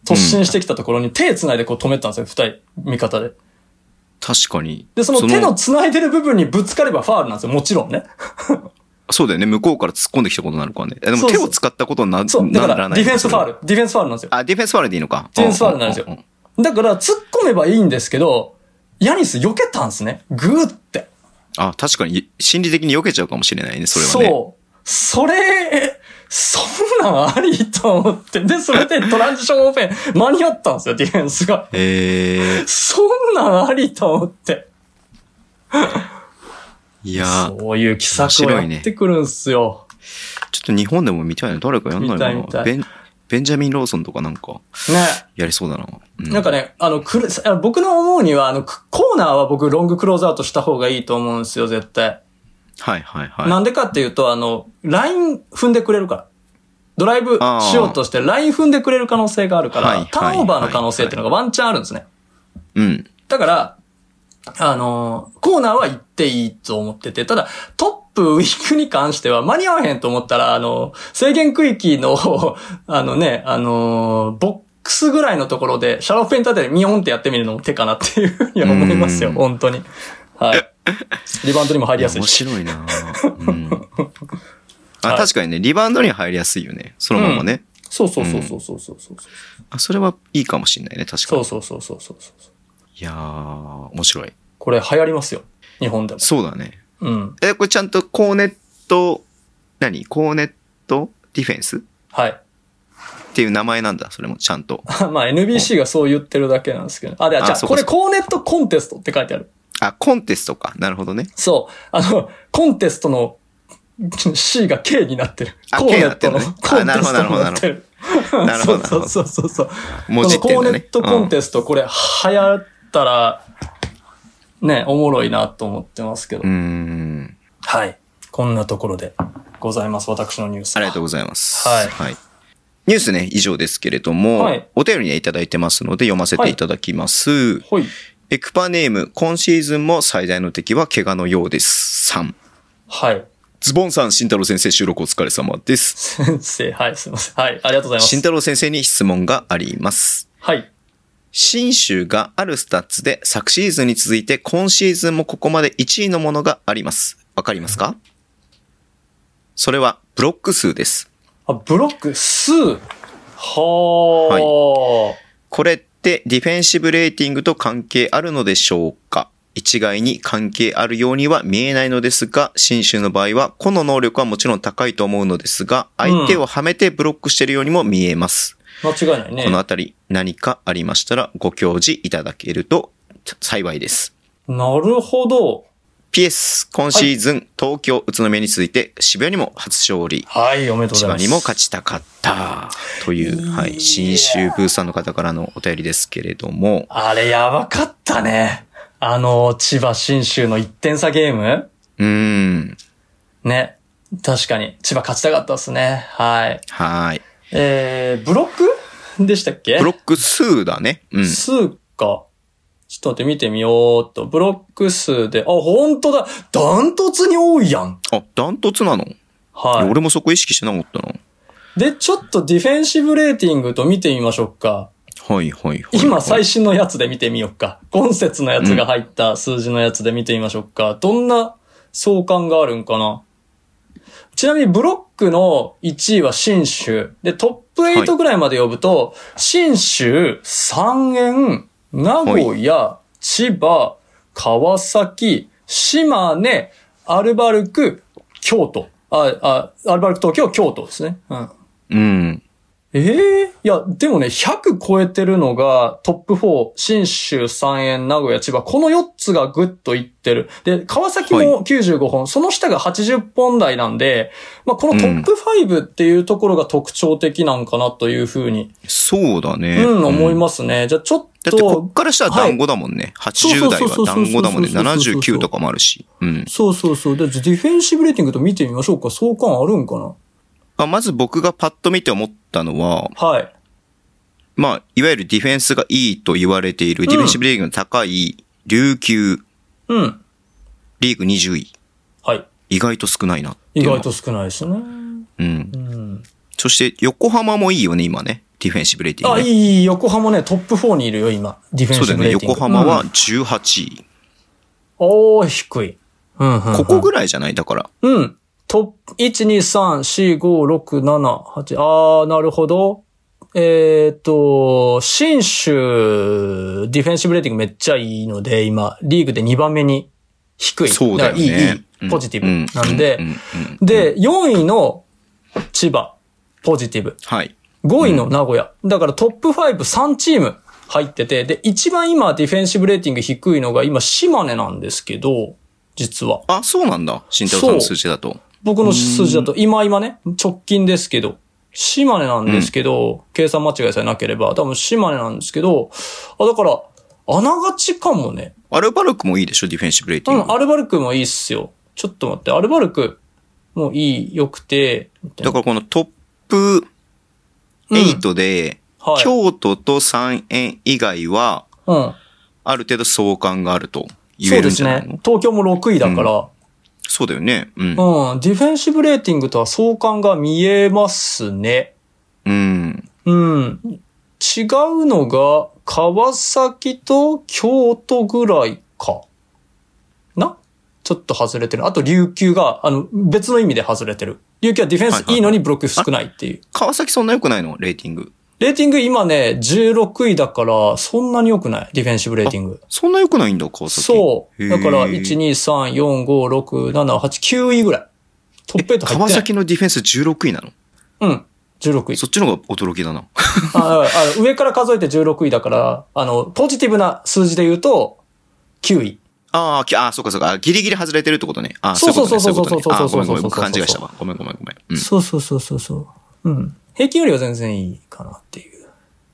Speaker 2: 突進してきたところに手繋いでこう止めたんですよ、二人、味方で。
Speaker 1: 確かに。
Speaker 2: で、その手の繋いでる部分にぶつかればファールなんですよ。もちろんね。
Speaker 1: そうだよね。向こうから突っ込んできたことになるからね。えで
Speaker 2: そ
Speaker 1: も
Speaker 2: うそ
Speaker 1: 手
Speaker 2: う
Speaker 1: を使ったことにな
Speaker 2: そう。だ
Speaker 1: な
Speaker 2: からら、
Speaker 1: な
Speaker 2: デ
Speaker 1: い。
Speaker 2: ィフェンスファール。ディフェンスファールなんですよ。
Speaker 1: あ、ディフェンスファールでいいのか。
Speaker 2: ディフェンスファールなんですよ
Speaker 1: ううう
Speaker 2: だから、突っ込めばいいんですけど、ヤニス避けたんですね。グーって。
Speaker 1: あ、確かに、心理的に避けちゃうかもしれないね、それはね。
Speaker 2: そう。それ、そんなんありと思って。で、それでトランジションオフェン、間に合ったんですよ、ディフェンスが。
Speaker 1: えー、
Speaker 2: そんなんありと思って。
Speaker 1: いやー、
Speaker 2: そういう奇策を
Speaker 1: 面白い
Speaker 2: や
Speaker 1: ね
Speaker 2: ってくるんすよ。
Speaker 1: ちょっと日本でも見たいな。誰かやんないか
Speaker 2: 見たい
Speaker 1: な。
Speaker 2: 見たい
Speaker 1: ベン、ベンジャミン・ローソンとかなんか、
Speaker 2: ね。
Speaker 1: やりそうだな。うん
Speaker 2: なんかね、あの、くる、あの僕の思うには、あの、くコーナーは僕ロングクローズアウトした方がいいと思うんですよ、絶対。
Speaker 1: はいはいはい。
Speaker 2: なんでかっていうと、あの、ライン踏んでくれるから。ドライブしようとして、ライン踏んでくれる可能性があるか
Speaker 1: はいは
Speaker 2: ら
Speaker 1: い、
Speaker 2: ターンオーバーの可能性っていうのがワンチャンあるんですね。
Speaker 1: うん。
Speaker 2: だから、あのーコーナーは行っていいと思ってて、ただ、トップウィークに関しては間に合わへんと思ったら、あの制限区域の、あのね、あのーボックスぐらいのところで、シャローペンタでミヨンってやってみるのも手かなっていうふうには思いますよ、
Speaker 1: うん
Speaker 2: 本当に。はい。リバウンドにも入りやすい
Speaker 1: 面
Speaker 2: し。
Speaker 1: 白いな
Speaker 2: (laughs)
Speaker 1: うん。あ、
Speaker 2: はい
Speaker 1: 確かにね、リバウンドには入りやすいよね。そのままね。
Speaker 2: そうそうそうそうそうそうそう。
Speaker 1: あそれはいいかもしれないね、確か
Speaker 2: そ
Speaker 1: に。
Speaker 2: うそうそうそうそうそう。
Speaker 1: いやー、面白い。
Speaker 2: これ流行りますよ。日本でも。
Speaker 1: そうだね。
Speaker 2: うん。
Speaker 1: え、これちゃんとコーネット、何コーネットディフェンス
Speaker 2: はい。
Speaker 1: っていう名前なんだ、それもちゃんと。
Speaker 2: まあ NBC がそう言ってるだけなんですけど。あ、で、じゃ
Speaker 1: あ
Speaker 2: あ、
Speaker 1: そう
Speaker 2: こ
Speaker 1: か
Speaker 2: れ
Speaker 1: そうか
Speaker 2: コーネットコンテストって書いてある。
Speaker 1: あ、コンテストか。なるほどね。
Speaker 2: そう。あの、コンテストの C が K になってる。
Speaker 1: あ
Speaker 2: コーネットの
Speaker 1: K になって
Speaker 2: コ
Speaker 1: るね
Speaker 2: ン
Speaker 1: あ
Speaker 2: テストになってる。
Speaker 1: なるほどなるほどなるほど
Speaker 2: (laughs) そうそうそうそう。
Speaker 1: 文字って
Speaker 2: こ
Speaker 1: ん
Speaker 2: のコ
Speaker 1: だ
Speaker 2: ー
Speaker 1: ね
Speaker 2: ネットコンテスト、これ流行ったら、ね、おもろいなと思ってますけど
Speaker 1: うー。ん。
Speaker 2: はい。こんなところでございます、私のニュース
Speaker 1: あ
Speaker 2: は。
Speaker 1: りがとうございます。
Speaker 2: はい
Speaker 1: ニュースね、以上ですけれども、
Speaker 2: はい
Speaker 1: お便りね、いただいてますので読ませていただきます。
Speaker 2: ほい。
Speaker 1: エクパネーム、今シーズンも最大の敵は怪我のようです。さん。
Speaker 2: はい。
Speaker 1: ズボンさん、慎太郎先生収録お疲れ様です。
Speaker 2: 先生、はい、すいません。はい、ありがとうございます
Speaker 1: 慎。太郎先生に質問があります。
Speaker 2: はい。
Speaker 1: 新州があるスタッツで昨シーズンに続いて今シーズンもここまで1位のものがあります。わかりますかそれはブロック数です。
Speaker 2: あ、ブロック、数。はー。
Speaker 1: これってディフェンシブレーティングと関係あるのでしょうか一概に関係あるようには見えないのですが、新州の場合は個の能力はもちろん高いと思うのですが、相手をはめてブロックしているようにも見えます。
Speaker 2: 間違いない
Speaker 1: この
Speaker 2: ね。
Speaker 1: あたり何かありましたらご教示いただけると幸いです。
Speaker 2: なるほど。
Speaker 1: PS、今シーズン、東京、宇都宮に続いて、渋谷にも初勝利。
Speaker 2: はい、おめでとう
Speaker 1: 千
Speaker 2: ござい
Speaker 1: 葉
Speaker 2: ます。
Speaker 1: にも勝ちたかった。という、はい
Speaker 2: や
Speaker 1: い、新州ブーさんの方からのお便りですけれども、
Speaker 2: あれ、やばかったね。あの、千葉新州の1点差ゲーム
Speaker 1: うーん、
Speaker 2: ね。確かに。千葉勝ちたかったですね。はい。
Speaker 1: はい。
Speaker 2: えー、ブロックでしたっけ
Speaker 1: ブロック数だね。うん。
Speaker 2: 数か。ちょっと待って、見てみようっと。ブロック数で、あ、ほんとだダントツに多いやん。
Speaker 1: あ、ダントツなの、
Speaker 2: はい。
Speaker 1: 俺もそこ意識してなかったな。
Speaker 2: で、ちょっとディフェンシブレーティングと見てみましょうか。
Speaker 1: はい、はい、はい。
Speaker 2: 今
Speaker 1: はい
Speaker 2: 最新のやつで見てみようか。今節のやつが入った数字のやつで見てみましょうか。どんな相関があるんかなちなみにブロックの1位は新州。で、トップ8ぐらいまで呼ぶと、新州、三円、名古屋、千葉、川崎、島根、アルバルク、京都。あ、あ、アルバルク東京、京都ですね。うん。
Speaker 1: うん。
Speaker 2: ええいや、でもね、100超えてるのがトップ4、新州、三円、名古屋、千葉、この4つがぐっといってる。で、川崎
Speaker 1: はい
Speaker 2: も95本、その下が80本台なんで、まあ、このトップ5っていうところが特徴的なんかなというふうに、
Speaker 1: そうだ
Speaker 2: うん、
Speaker 1: ね。
Speaker 2: 思い
Speaker 1: うん
Speaker 2: ますね。じゃあちょっ
Speaker 1: だって、こ
Speaker 2: と
Speaker 1: っ、からしたら団子だもんね。80代は団子だもんね。79とかもあるし。うん。
Speaker 2: そうそうそう。で、ディフェンシブレーティングと見てみましょうか。相関あるんかな
Speaker 1: あまず僕がパッと見て思ったのは、
Speaker 2: はい。
Speaker 1: まあ、いわゆるディフェンスがいいと言われている、ディフェンシブリーグの高い、琉球、
Speaker 2: うん。
Speaker 1: リーグ20位。
Speaker 2: はい。
Speaker 1: 意外と少ないなってい
Speaker 2: 意
Speaker 1: うの
Speaker 2: 外。と少ないですね。
Speaker 1: うん
Speaker 2: う。ん。
Speaker 1: そして、横浜もいいよね、今ね。ディフェンシブレーティン
Speaker 2: あ、
Speaker 1: グ、
Speaker 2: い
Speaker 1: ね。
Speaker 2: いいい、横浜ね、トップ4にいるよ、今。ディフェン
Speaker 1: そうだ
Speaker 2: ス
Speaker 1: よ
Speaker 2: ブレ
Speaker 1: ね。
Speaker 2: ーティング。
Speaker 1: 横浜は
Speaker 2: うん
Speaker 1: 18位。
Speaker 2: おー、低い。うん、うん。
Speaker 1: ここぐらいじゃないだから。
Speaker 2: うん。トップ、1、2、3、4、5、6、7、8。あー、なるほど。えーっと、新州、ディフェンシブレーティングめっちゃいいので、今、リーグで2番目に低い。
Speaker 1: そうだよね
Speaker 2: からいい、
Speaker 1: う
Speaker 2: いい、
Speaker 1: ん
Speaker 2: ポジティブ。なんで
Speaker 1: うんう、んうん
Speaker 2: で、4位の千葉、ポジティブ。
Speaker 1: はい。
Speaker 2: 5位の名古屋。だからトップ5、3チーム入ってて、で、一番今ディフェンシブレーティング低いのが今島根なんですけど、実は。
Speaker 1: あ、そうなんだ。慎太郎さんの数字だと。
Speaker 2: 僕の数字だと、今今ね、直近ですけど、島根なんですけど、計算間違いさえなければ、多分島根なんですけど、あ、だから、あながちかもね。
Speaker 1: アルバルクもいいでしょディフェンシブレーテ
Speaker 2: 多
Speaker 1: ィン
Speaker 2: 分
Speaker 1: グ。
Speaker 2: アルバルクもいいっすよ。ちょっと待って、アルバルクもいい、良くて、みたい
Speaker 1: だ
Speaker 2: な
Speaker 1: からこのトップ8で、
Speaker 2: はい。
Speaker 1: 京都と三円以外は、
Speaker 2: うん。
Speaker 1: ある程度相関があると言
Speaker 2: そう
Speaker 1: える
Speaker 2: で
Speaker 1: んじ
Speaker 2: す
Speaker 1: ゃない
Speaker 2: ね
Speaker 1: の。
Speaker 2: 東京も6位だから、
Speaker 1: そうだよね。うん。
Speaker 2: うん、ディフェンシブレーティングとは相関が見えますね。
Speaker 1: うん。
Speaker 2: うん。違うのが、川崎と京都ぐらいか。なちょっと外れてる。あと琉球が、あの、別の意味で外れてる。琉球はディフェンスいいのにブロック少ないっていう。
Speaker 1: 川崎そんな良くないのレーティング。
Speaker 2: レーティング今ね、16位だから、そんなに良くない。ディフェンシブレーティング。
Speaker 1: そんな良くないんだ、川崎。
Speaker 2: そう。だから、
Speaker 1: へー
Speaker 2: 1、2、3、4、5、6、7、8、9位ぐらい。トップ8入ってない。
Speaker 1: 川崎のディフェンス16位なの
Speaker 2: うん。16位。
Speaker 1: そっちの方が驚きだな。
Speaker 2: (laughs) ああ上から数えて16位だから、あの、ポジティブな数字で言うと、9位。
Speaker 1: あーきあー、そうかそうか。あギリギリ外れてるってことね。あー
Speaker 2: そうそうそう
Speaker 1: いことね
Speaker 2: そうそ
Speaker 1: いことねあ
Speaker 2: う
Speaker 1: ーごめんごめん。
Speaker 2: そうそうそうそう
Speaker 1: 僕勘違いしたわ。ごめんごめんごめん。うん。
Speaker 2: そうそうそうそうそう。うん。平均よりは全然いいかなっていう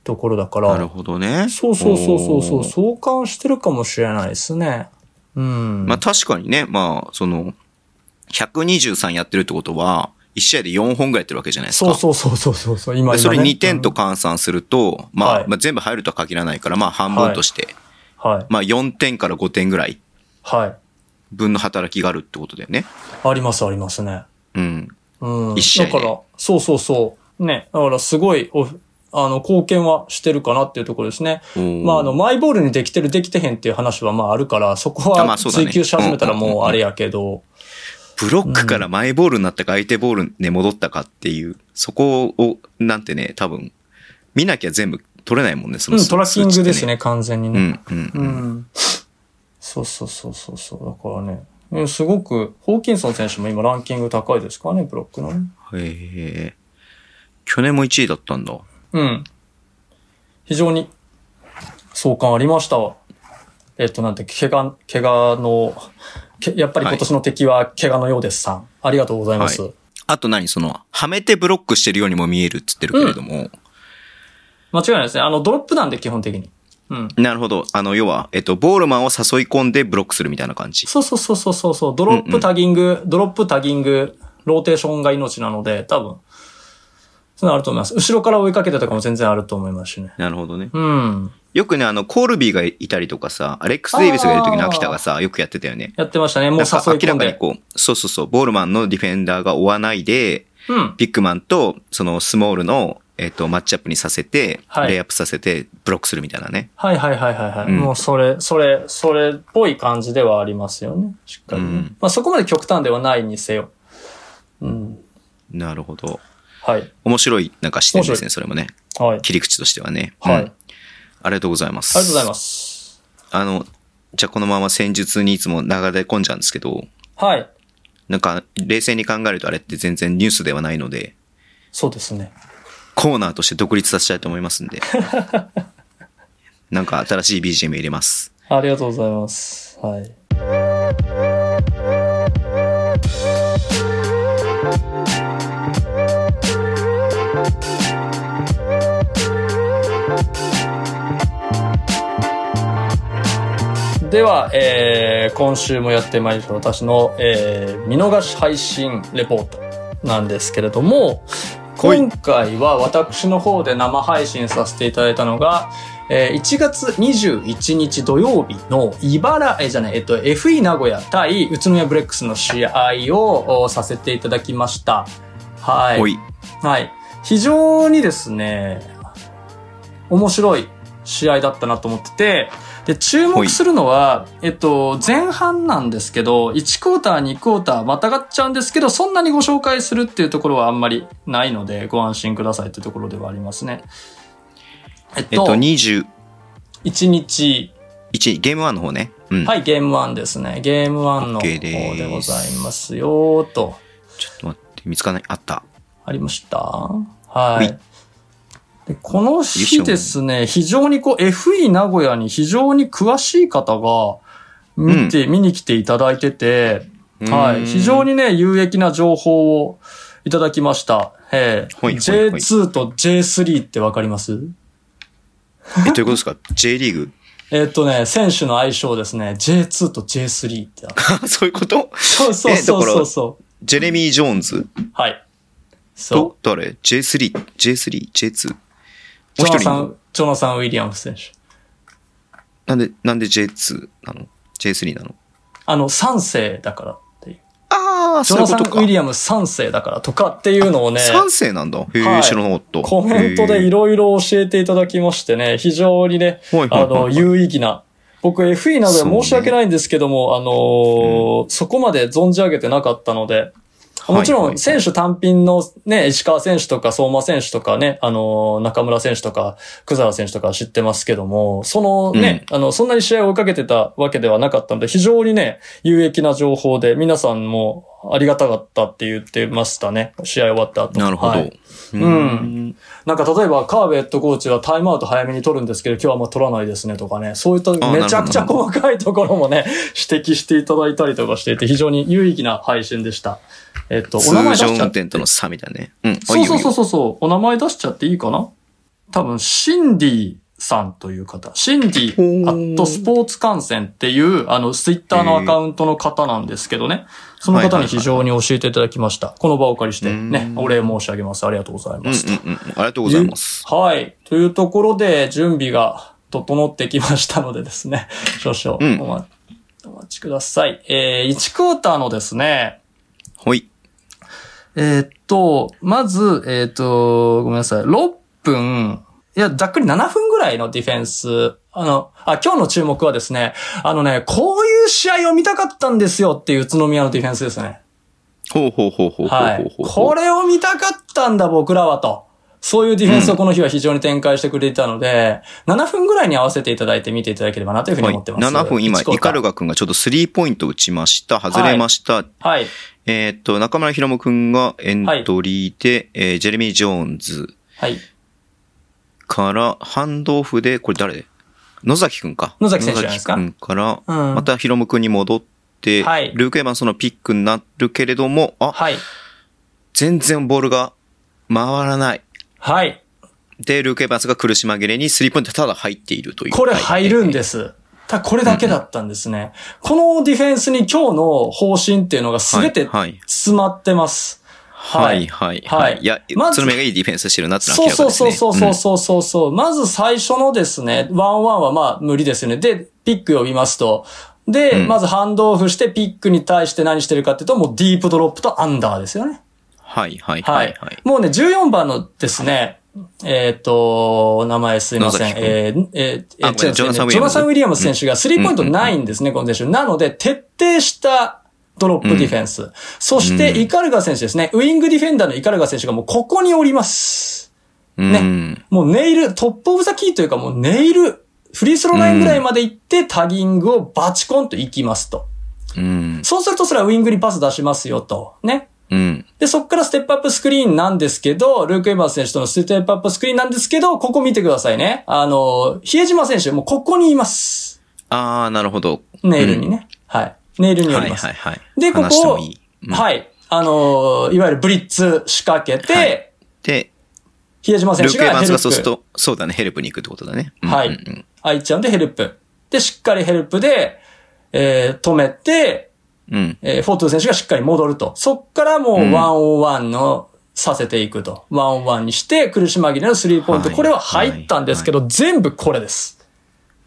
Speaker 2: ところだから。
Speaker 1: なるほどね。
Speaker 2: そうそうそうそうそう、
Speaker 1: おー
Speaker 2: 相関してるかもしれないですね。うん。
Speaker 1: まあ確かにね、まあ、その、123やってるってことは、1試合で4本ぐらいやってるわけじゃないですか。
Speaker 2: そうそうそうそうそうそう、今今、
Speaker 1: で
Speaker 2: ね。
Speaker 1: それ2点と換算すると、まあ、
Speaker 2: はい
Speaker 1: まあ全部入るとは限らないから、まあ半分として、
Speaker 2: うん。はい。
Speaker 1: まあ4点から5点ぐらい
Speaker 2: はい。
Speaker 1: 分の働きがあるってことだよね。
Speaker 2: ありますありますね。
Speaker 1: うん。
Speaker 2: うん。
Speaker 1: 一試合ね
Speaker 2: だから、そうそうそう。ね。だからすごいお、あの、貢献はしてるかなっていうところですね。
Speaker 1: おー
Speaker 2: まあ、あの、マイボールにできてる、できてへんっていう話はまああるから、そこ
Speaker 1: あま
Speaker 2: は
Speaker 1: あそうだね
Speaker 2: 追求し始めたらもうあれやけど、
Speaker 1: ブロックからマイボールになったか相手ボールに戻ったかっていう、そこを、なんてね、多分、見なきゃ全部取れないもんね、そ
Speaker 2: うん、
Speaker 1: の、
Speaker 2: トラッキングです
Speaker 1: ね。
Speaker 2: ね、完全に
Speaker 1: う
Speaker 2: ね。
Speaker 1: ん、うん、
Speaker 2: う。
Speaker 1: うんん。
Speaker 2: そうそうそうそうそう、だからね。うんすごく、ホーキンソン選手も今ランキング高いですからね、ブロックのね。
Speaker 1: へえ。去年も1位だったんだ。
Speaker 2: うん。非常に、相関ありましたわ。えっと、なんて、怪我、怪我の、けやっぱり今年の敵は怪我のようですさん。ありがとうございます。
Speaker 1: はいあと何その、はめてブロックしてるようにも見えるっつってるけれども、
Speaker 2: 間違いないですね。あの、ドロップなんで基本的に。うん。
Speaker 1: なるほど。あの、要は、えっと、ボールマンを誘い込んでブロックするみたいな感じ。
Speaker 2: そうそうそうそうそうそう。ドロップタギング、ドロップタギング、ローテーションが命なので、多分、そういうのあると思います。後ろから追いかけてとかも全然あると思いますしね。
Speaker 1: なるほどね。
Speaker 2: うん。
Speaker 1: よくね、あの、コールビーがいたりとかさ、アレックス・デイビスがいる時の秋田がさ、よくやってたよね。
Speaker 2: やってましたね。もう
Speaker 1: なん
Speaker 2: 誘い
Speaker 1: か明
Speaker 2: 込
Speaker 1: ら
Speaker 2: ん
Speaker 1: かに
Speaker 2: で。
Speaker 1: こう、そうそうそう、ボールマンのディフェンダーが追わないで、
Speaker 2: うん。
Speaker 1: ビッグマンと、そのスモールの、えっと、マッチアップにさせて、
Speaker 2: はい
Speaker 1: レイアップさせて、ブロックするみたいなね。
Speaker 2: はいはいはいはいはい。
Speaker 1: うん
Speaker 2: もうそれ、それ、それっぽい感じではありますよね。しっかりね。
Speaker 1: うん
Speaker 2: まあそこまで極端ではないにせよ。うん。
Speaker 1: なるほど。
Speaker 2: はい。
Speaker 1: 面白い、なんか視点で
Speaker 2: 面
Speaker 1: す
Speaker 2: 白
Speaker 1: ね、それもね。
Speaker 2: はい。
Speaker 1: 切り口としてはね。
Speaker 2: はい。あ
Speaker 1: う
Speaker 2: り
Speaker 1: んありがとうございます。
Speaker 2: がとうございます。
Speaker 1: あの、じゃあこのまま戦術にいつも流れ込んじゃうんですけど、
Speaker 2: はい。
Speaker 1: なんか冷静に考えるとあれって全然ニュースではないので、
Speaker 2: そうですね。
Speaker 1: コーナーとして独立させたいと思いますん
Speaker 2: (laughs)
Speaker 1: で。なんか新しい BGM 入れます。
Speaker 2: ありがとうございます。はい。では、えー今週もやってまいりました私の、えー見逃し配信レポートなんですけれども、
Speaker 1: はい
Speaker 2: 今回は私の方で生配信させていただいたのが、えー1月21日土曜日の茨、えーじゃない、えっと、FE 名古屋対宇都宮ブレックスの試合をおさせていただきました。はい。
Speaker 1: おい。
Speaker 2: はい。非常にですね、面白い試合だったなと思ってて、で、注目するのは、えっと、前半なんですけど、1クォーター、2クォーター、またがっちゃうんですけど、そんなにご紹介するっていうところはあんまりないので、ご安心くださいってところではありますね。
Speaker 1: え
Speaker 2: えっ
Speaker 1: っと、
Speaker 2: と、
Speaker 1: 21
Speaker 2: 1日、
Speaker 1: ゲーム1の方ね。うん。
Speaker 2: はい、ゲーム1ですね。ゲーム1の方
Speaker 1: OK
Speaker 2: でございますよ、と。
Speaker 1: ちょっと待って、見つかんない。あった。
Speaker 2: ありましたは
Speaker 1: はい
Speaker 2: い。でこの日ですね、非常にこう、FE 名古屋に非常に詳しい方が、見て、見に来ていただいてて、は
Speaker 1: うーん
Speaker 2: い。非常にね、有益な情報をいただきました。ええ
Speaker 1: はいはいはい
Speaker 2: J2 と J3 ってわかります
Speaker 1: え、どういうことですか ?J リーグ (laughs)
Speaker 2: えっとね、選手の相性ですね、J2 と J3 って
Speaker 1: (laughs)
Speaker 2: ある。
Speaker 1: あそういうこと
Speaker 2: そうそうそうそうそう。
Speaker 1: ジェレミー・ジョーンズ
Speaker 2: はい。そ
Speaker 1: と、誰 ?J3、J3、J2。も
Speaker 2: う。
Speaker 1: う
Speaker 2: ジョ
Speaker 1: 一
Speaker 2: ナサ
Speaker 1: 人
Speaker 2: ン、ジョナサン・ウィリアムス選手。
Speaker 1: なんで、なんで J2 なの ?J3 なの
Speaker 2: あの、3世だからっていう。
Speaker 1: ああ、
Speaker 2: ジ
Speaker 1: そ
Speaker 2: ョ
Speaker 1: ういう
Speaker 2: ナ
Speaker 1: こ
Speaker 2: サン・ウ
Speaker 1: とか
Speaker 2: ィ。リアム3世だからとかっていうのをね、
Speaker 1: 3世なんだ。へ
Speaker 2: は
Speaker 1: え、
Speaker 2: い
Speaker 1: 知らなかった。
Speaker 2: コメントでい
Speaker 1: ろ。
Speaker 2: ろいろ教えていただきましてね、非常にね、
Speaker 1: はいはい
Speaker 2: あ
Speaker 1: はい
Speaker 2: の、
Speaker 1: はい
Speaker 2: 有意義な。僕 FE など
Speaker 1: そう
Speaker 2: で
Speaker 1: ね
Speaker 2: 申し訳ないんですけども、あのーそこまで存じ上げてなかったので、
Speaker 1: い
Speaker 2: もちろん選手単品のね、石川選手とか相馬選手とかね、あのー中村選手とか、久沢選手とかは知ってますけども、そのね、あの、そんなに試合を追いかけてたわけではなかったので、非常にね、有益な情報で、皆さんもありがたかったって言ってましたね、試合終わった後。
Speaker 1: なるほ
Speaker 2: は
Speaker 1: ど
Speaker 2: い。
Speaker 1: う
Speaker 2: うん
Speaker 1: ん。
Speaker 2: なんか例えば、カーベットコーチはタイムアウト早めに取るんですけど、今日はあんま取らないですねとかね、そういった
Speaker 1: ど
Speaker 2: めちゃくちゃ
Speaker 1: なるほ
Speaker 2: 細かいところもね、指摘していただいたりとかしていて、非常に有意義な配信でした。えっと、お
Speaker 1: 通
Speaker 2: 名前出
Speaker 1: 常
Speaker 2: し
Speaker 1: 運
Speaker 2: ちゃっ
Speaker 1: 転との差みたいなね。うん。あ
Speaker 2: そうそうそう
Speaker 1: いいよいいよ
Speaker 2: そうそう、お名前出しちゃっていいかな多分、シンディさんという方、シンディ
Speaker 1: ほう
Speaker 2: アットスポーツ観戦っていう、あの、ツイッターのアカウントの方なんですけどね、その方に非常に教えていただきました。この場をお借りして、ね、お礼申し上げます。ありがとうございます。
Speaker 1: うんうんうん。ありがとうございます。
Speaker 2: はい。というところで、準備が整ってきましたのでですね、 (laughs) 少
Speaker 1: うん
Speaker 2: 々お待,、お待ちください。えー、1クォーターのですね、
Speaker 1: ほい。
Speaker 2: えーっと、まず、えーっと、ごめんなさい、6分、いや、ざっくり7分ぐらいのディフェンス。あの、あ、今日の注目はですね、あのね、こういう試合を見たかったんですよっていう宇都宮のディフェンスですね。
Speaker 1: ほうほうほうほうほう
Speaker 2: は
Speaker 1: ほう
Speaker 2: い。
Speaker 1: ほうほう。
Speaker 2: これを見たかったんだ、僕らはと。そういうディフェンスをこの日は非常に展開してくれていたので、7分ぐらいに合わせていただいて見ていただければなというふうに
Speaker 1: はい、
Speaker 2: 思ってます。
Speaker 1: 7分、今、
Speaker 2: 1クォ
Speaker 1: イ
Speaker 2: ーター
Speaker 1: カルガ君がちょっとスリーポイント打ちました。外れました。
Speaker 2: はい。
Speaker 1: えーっと、中村ひろむ君がエントリーで、えージェレミー・ジョーンズ
Speaker 2: はい。
Speaker 1: から、ハンドオフで、これ誰野崎君か。
Speaker 2: 野崎選手じゃないですか
Speaker 1: 野崎君から、
Speaker 2: うん
Speaker 1: またひろむ君に戻って、
Speaker 2: はい
Speaker 1: ルーク・エヴァンスのピックになるけれども、あ、
Speaker 2: はい。
Speaker 1: 全然ボールが回らない。
Speaker 2: はい。
Speaker 1: で、ルーク・エヴァンスが苦し紛れにスリーポイントただ入っているという。
Speaker 2: これ入るんです。ただこれだけだったんですね。このディフェンスに今日の方針っていうのが全て
Speaker 1: はいはい
Speaker 2: 詰まってます。
Speaker 1: はい、はい、はい。
Speaker 2: はい
Speaker 1: いや、
Speaker 2: まず
Speaker 1: その目がいいディフェンスしてるなってのは
Speaker 2: そう
Speaker 1: 明らか
Speaker 2: そう
Speaker 1: です
Speaker 2: そう
Speaker 1: ね。
Speaker 2: そうそうそうそうそう、まず最初のですね、ワンワンはまあ無理ですよね。で、ピック呼びますと。で、
Speaker 1: うん
Speaker 2: まずハンドオフしてピックに対して何してるかっていうと、もうディープドロップとアンダーですよね。
Speaker 1: はい、はい、
Speaker 2: は
Speaker 1: はいい、はい。
Speaker 2: もうね、14番のですね、えっ、と、お名前すいませ
Speaker 1: 野
Speaker 2: ん。
Speaker 1: 崎君
Speaker 2: えーえーえー
Speaker 1: あごめん
Speaker 2: 違うんです
Speaker 1: ジョナサン
Speaker 2: ね
Speaker 1: ウィリアムズ
Speaker 2: ジョナサン・ウィリアムス選手がスリーポイントないんですね、この選手。なので、徹底したドロップディフェンス。そして、イカルガ選手ですね。ウィングディフェンダーのイカルガ選手がもうここにおります。
Speaker 1: うん。
Speaker 2: ねもうネイル、トップオブザキーというかもうネイル、フリースローラインぐらいまで行って、タギングをバチコンと行きますと。
Speaker 1: うん。
Speaker 2: そうするとそれはウィングにパス出しますよと。ね。
Speaker 1: うん。
Speaker 2: で、そっからステップアップスクリーンなんですけど、ルーク・エヴァンス選手とのステップアップスクリーンなんですけど、ここ見てくださいね。あの、比江島選手、もうここにいます。
Speaker 1: ああ、なるほど。
Speaker 2: ネイルにね。はい。ネイルによ
Speaker 1: は
Speaker 2: り
Speaker 1: い
Speaker 2: ます
Speaker 1: はい。はい。
Speaker 2: で、こ
Speaker 1: 話して
Speaker 2: こ
Speaker 1: も
Speaker 2: を
Speaker 1: いい、うん
Speaker 2: はい。あの、いわゆるブリッツ仕掛けて、
Speaker 1: はいで、
Speaker 2: 比江島選
Speaker 1: ル
Speaker 2: 手
Speaker 1: ーク・エヴァン
Speaker 2: がヘ
Speaker 1: ス
Speaker 2: ル
Speaker 1: がそうする
Speaker 2: プ
Speaker 1: と、そうだね、ヘルプに行くってことだね。うん
Speaker 2: は
Speaker 1: うんう
Speaker 2: い
Speaker 1: ん。
Speaker 2: 開いちゃうんでヘルプ。で、しっかりヘルプで、えー止めて、
Speaker 1: うん。
Speaker 2: えーフォートゥー選手がしっかり戻ると。そっからもう
Speaker 1: うん
Speaker 2: ワンオンワンのさせていくと。ワンオンワンにして、苦し紛れのスリーポイント。
Speaker 1: はい
Speaker 2: これは入ったんですけど、全部これです。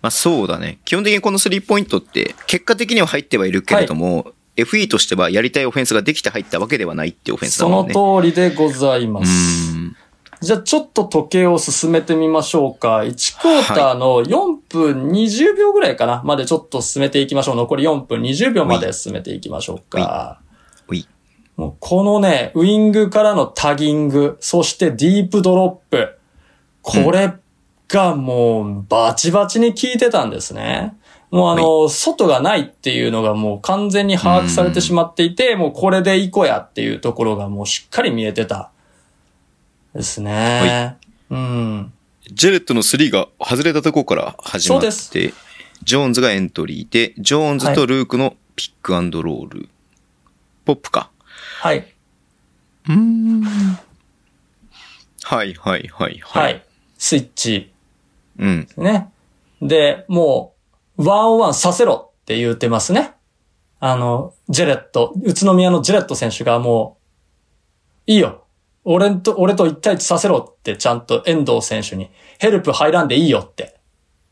Speaker 1: まあそうだね。基本的にこのスリーポイントって、結果的には入ってはいるけれども、FE としてはやりたいオフェンスができて入ったわけではないってオフェンスだ
Speaker 2: そ
Speaker 1: も
Speaker 2: の
Speaker 1: んね。
Speaker 2: 通りでございま
Speaker 1: う
Speaker 2: す。
Speaker 1: ん
Speaker 2: じゃあちょっと時計を進めてみましょうか。1クォーターの4分20秒ぐらいかな、までちょっと進めていきましょう。残り4分20秒まで進めていきましょうか。
Speaker 1: うい。
Speaker 2: もうこのね、ウィングからのタギング、そしてディープドロップ。これがもうバチバチに効いてたんですね。もうあの、外がないっていうのがもう完全に把握されてしまっていて、もうこれでいこうやっていうところがもうしっかり見えてた。ですね。うん。
Speaker 1: ジェレットの3が外れたとこから始まっ
Speaker 2: そう
Speaker 1: て、
Speaker 2: です
Speaker 1: ジョーンズがエントリーで、ジョーンズとルークのピックアンドロール。ポップか。
Speaker 2: はい。
Speaker 1: はいはいはいはい。
Speaker 2: はい。スイッチ。
Speaker 1: うん。
Speaker 2: ね。で、もう、ワンオンワンさせろって言ってますね。あの、ジェレット、宇都宮のジェレット選手がもう、いいよ。俺んと、俺と一対一させろってちゃんと遠藤選手に、ヘルプ入らんでいいよって。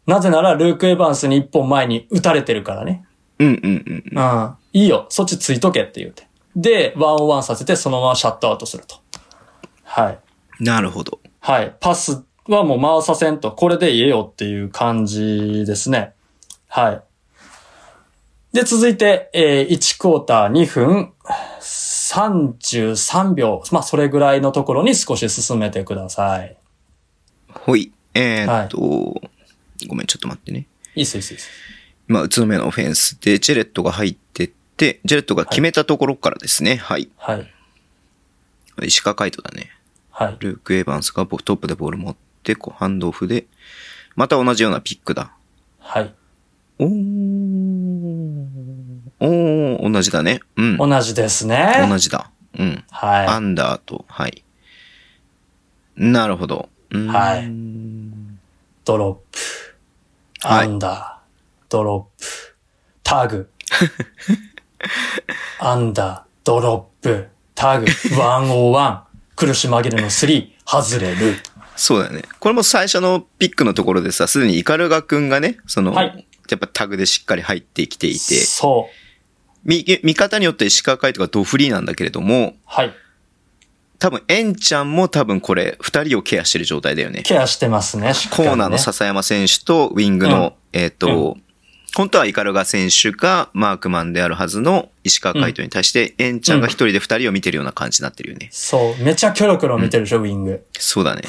Speaker 2: なぜなら、ルーク・エヴァンスに一本前に打たれてるからね。
Speaker 1: うんうんうん。
Speaker 2: うん。いいよ。そっちついとけって言うて。で、ワンオンワンさせて、そのままシャットアウトすると。はい。
Speaker 1: なるほど。
Speaker 2: はい。パスはもう回させんと、これで言えよっていう感じですね。はい。で、続いて、えー1クォーター2分33秒。まあ、それぐらいのところに少し進めてください。
Speaker 1: ほい。えーっと、ごめん、ちょっと待ってね。
Speaker 2: いいっす、いいっす、いいっす。
Speaker 1: まあ、宇都宮のオフェンスで、ジェレットが入ってって、ジェレットが決めたところからですね。はい。
Speaker 2: はい。
Speaker 1: 石川海斗だね。
Speaker 2: はい。
Speaker 1: ルーク・エヴァンスがボトップでボール持って、こう、ハンドオフで、また同じようなピックだ。
Speaker 2: はい。
Speaker 1: おー。おー、同じだね。うん。
Speaker 2: 同じですね。
Speaker 1: 同じだ。うん。ア
Speaker 2: は
Speaker 1: ンダーと、はい。なるほど。うーん
Speaker 2: はい。い。ドロップ。
Speaker 1: は
Speaker 2: ア
Speaker 1: い
Speaker 2: ンダー。ドロップ。タグ。
Speaker 1: (laughs)
Speaker 2: アンダー、ドロップ、タグ、101、苦し紛れの3、外れる。
Speaker 1: そうだよね。これも最初のピックのところでさ、すでにイカルガ君がね、その、
Speaker 2: はい
Speaker 1: やっぱタグでしっかり入ってきていて、
Speaker 2: そう。
Speaker 1: み見方によって石川海斗がドフリーなんだけれども、
Speaker 2: はい。
Speaker 1: 多分、エンちゃんも多分これ、二人をケアしてる状態だよね。
Speaker 2: ケアしてますね、しっか
Speaker 1: コ
Speaker 2: り、ね。
Speaker 1: ーナーの笹山選手とウィングの、えっ、と、本当はイカルガ選手がマークマンであるはずの石川海斗に対して、エンちゃんが一人で二人を見てるような感じになってるよね。
Speaker 2: そう。めちゃキョロキョロ見てるでしょ、ウィング。
Speaker 1: そうだね。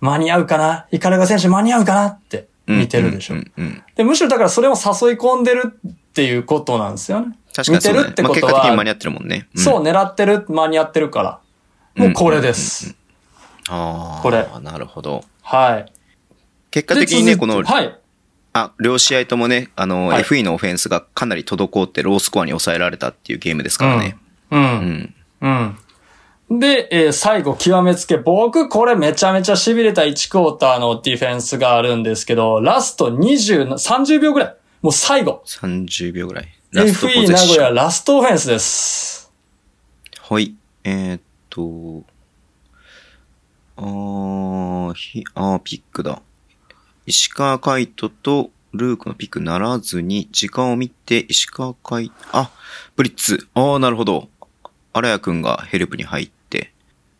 Speaker 2: 間に合うかなイカルガ選手間に合うかなって
Speaker 1: うん
Speaker 2: 見てるでしょ、
Speaker 1: うんうんうん
Speaker 2: で、むしろだからそれを誘い込んでるっていうことなんですよね。
Speaker 1: 確かにそうだ
Speaker 2: 見てる
Speaker 1: ね
Speaker 2: っ。て
Speaker 1: まあ、
Speaker 2: こ
Speaker 1: 結
Speaker 2: と
Speaker 1: 果的
Speaker 2: は、
Speaker 1: に間に合ってるもんね。うん
Speaker 2: そう、狙ってる、間に合ってるから。もうこれです。
Speaker 1: ああ。
Speaker 2: これ
Speaker 1: なるほど。
Speaker 2: はい。
Speaker 1: 結
Speaker 2: で
Speaker 1: 果的にね、
Speaker 2: 続
Speaker 1: こ
Speaker 2: いて
Speaker 1: の、
Speaker 2: はい。
Speaker 1: あ、両試合ともね、あの、
Speaker 2: はい
Speaker 1: FE のオフェンスがかなり滞ってロースコアに抑えられたっていうゲームですからね。
Speaker 2: うん
Speaker 1: うん。
Speaker 2: うん。で、えー最後極めつけ。僕、これめちゃめちゃ痺れた1クォーターのディフェンスがあるんですけど、ラスト20、30秒ぐらい。もう最後。
Speaker 1: 30秒ぐらい。ラストポ
Speaker 2: FE
Speaker 1: ゼッ
Speaker 2: 名
Speaker 1: シ
Speaker 2: 古
Speaker 1: ョ
Speaker 2: 屋
Speaker 1: ン。
Speaker 2: ラストオフェンスです。
Speaker 1: はい。えーっと、あー、ひあーピックだ。石川海人とルークのピックならずに、時間を見て、石川海、あ、ブリッツ。あー、なるほど。荒谷くんがヘルプに入って。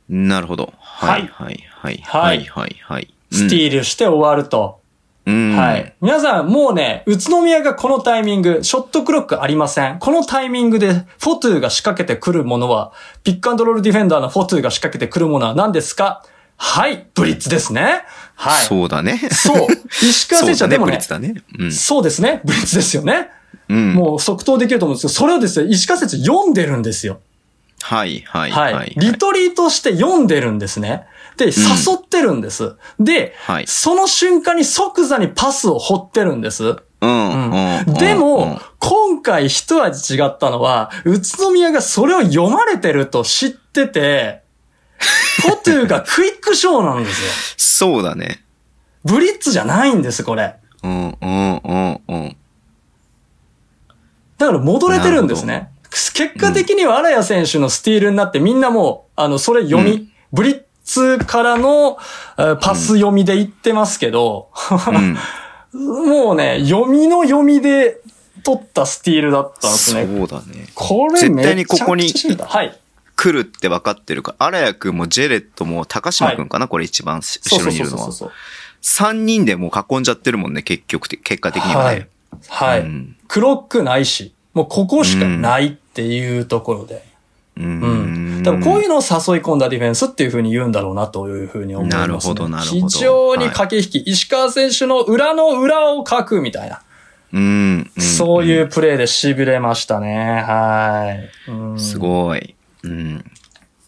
Speaker 1: なるほど。はい、はい、はい、
Speaker 2: は
Speaker 1: はいい、はい、はい。
Speaker 2: スティールして終わると。
Speaker 1: うん、
Speaker 2: は
Speaker 1: はい。
Speaker 2: い。皆さん、もうね、宇都宮がこのタイミング、ショットクロックありません。このタイミングで、フォトゥが仕掛けてくるものは、ピックアンドロールディフェンダーのフォトゥが仕掛けてくるものは何ですかはい、ブリッツですね。はい。
Speaker 1: そうだね。 (laughs)
Speaker 2: そう。石川選手
Speaker 1: そうだ
Speaker 2: はで
Speaker 1: ね、
Speaker 2: も
Speaker 1: ブリ
Speaker 2: ね
Speaker 1: ッツ、だね。うん。
Speaker 2: そうですね。ブリッツですよね。
Speaker 1: うん。
Speaker 2: もう即答できると思うんですけど、それをですね、石川選手読んでるんですよ。
Speaker 1: はい、はい、
Speaker 2: は。
Speaker 1: はいい。はい
Speaker 2: リトリートして読んでるんですね。で、誘ってるんです。で、
Speaker 1: はい
Speaker 2: その瞬間に即座にパスを掘ってるんです。
Speaker 1: うん、うん。
Speaker 2: で
Speaker 1: うん
Speaker 2: も、今回一味違ったのは、宇都宮がそれを読まれてると知っ
Speaker 1: (laughs)
Speaker 2: てて、ポトゥがクイックショーなんですよ。
Speaker 1: そうだね。
Speaker 2: ブリッツじゃないんです、これ。
Speaker 1: うん、うん、
Speaker 2: (laughs)
Speaker 1: うん、うん。
Speaker 2: だから戻れてるんですね。結果的には荒谷選手のスティールになってみんなもう、あの、それ読み、
Speaker 1: う
Speaker 2: ブリッツからのえーパス読みで言ってますけど、
Speaker 1: うん、
Speaker 2: もうね、読みの読みで取ったスティールだったんです
Speaker 1: そ
Speaker 2: ね。
Speaker 1: うだね。
Speaker 2: これ
Speaker 1: 絶
Speaker 2: めちゃ
Speaker 1: 対に
Speaker 2: くち
Speaker 1: こ
Speaker 2: ゃ
Speaker 1: こに
Speaker 2: 痺れたはい。
Speaker 1: 来るって分かってるから、荒谷くんもジェレットも高島くんかな、これ一番し
Speaker 2: そう
Speaker 1: 後
Speaker 2: そ
Speaker 1: ろ
Speaker 2: う
Speaker 1: にい
Speaker 2: そう
Speaker 1: るの
Speaker 2: そ
Speaker 1: は
Speaker 2: う。そう。
Speaker 1: 三人でもう囲んじゃってるもんね、結局て、結果的にはね。
Speaker 2: はい。
Speaker 1: う
Speaker 2: はい
Speaker 1: ん
Speaker 2: クロックないし、もうここしかないっていうところで。
Speaker 1: う
Speaker 2: うん。多分こういうのを誘い込んだディフェンスっていうふうに言うんだろうなというふうに思います、ね。
Speaker 1: なるほどなるほど
Speaker 2: 非常に駆け引き、石川選手の裏の裏を書くみたいな。
Speaker 1: うん、うん
Speaker 2: そういうプレーで痺れましたね。はい。うん
Speaker 1: すごい。うん。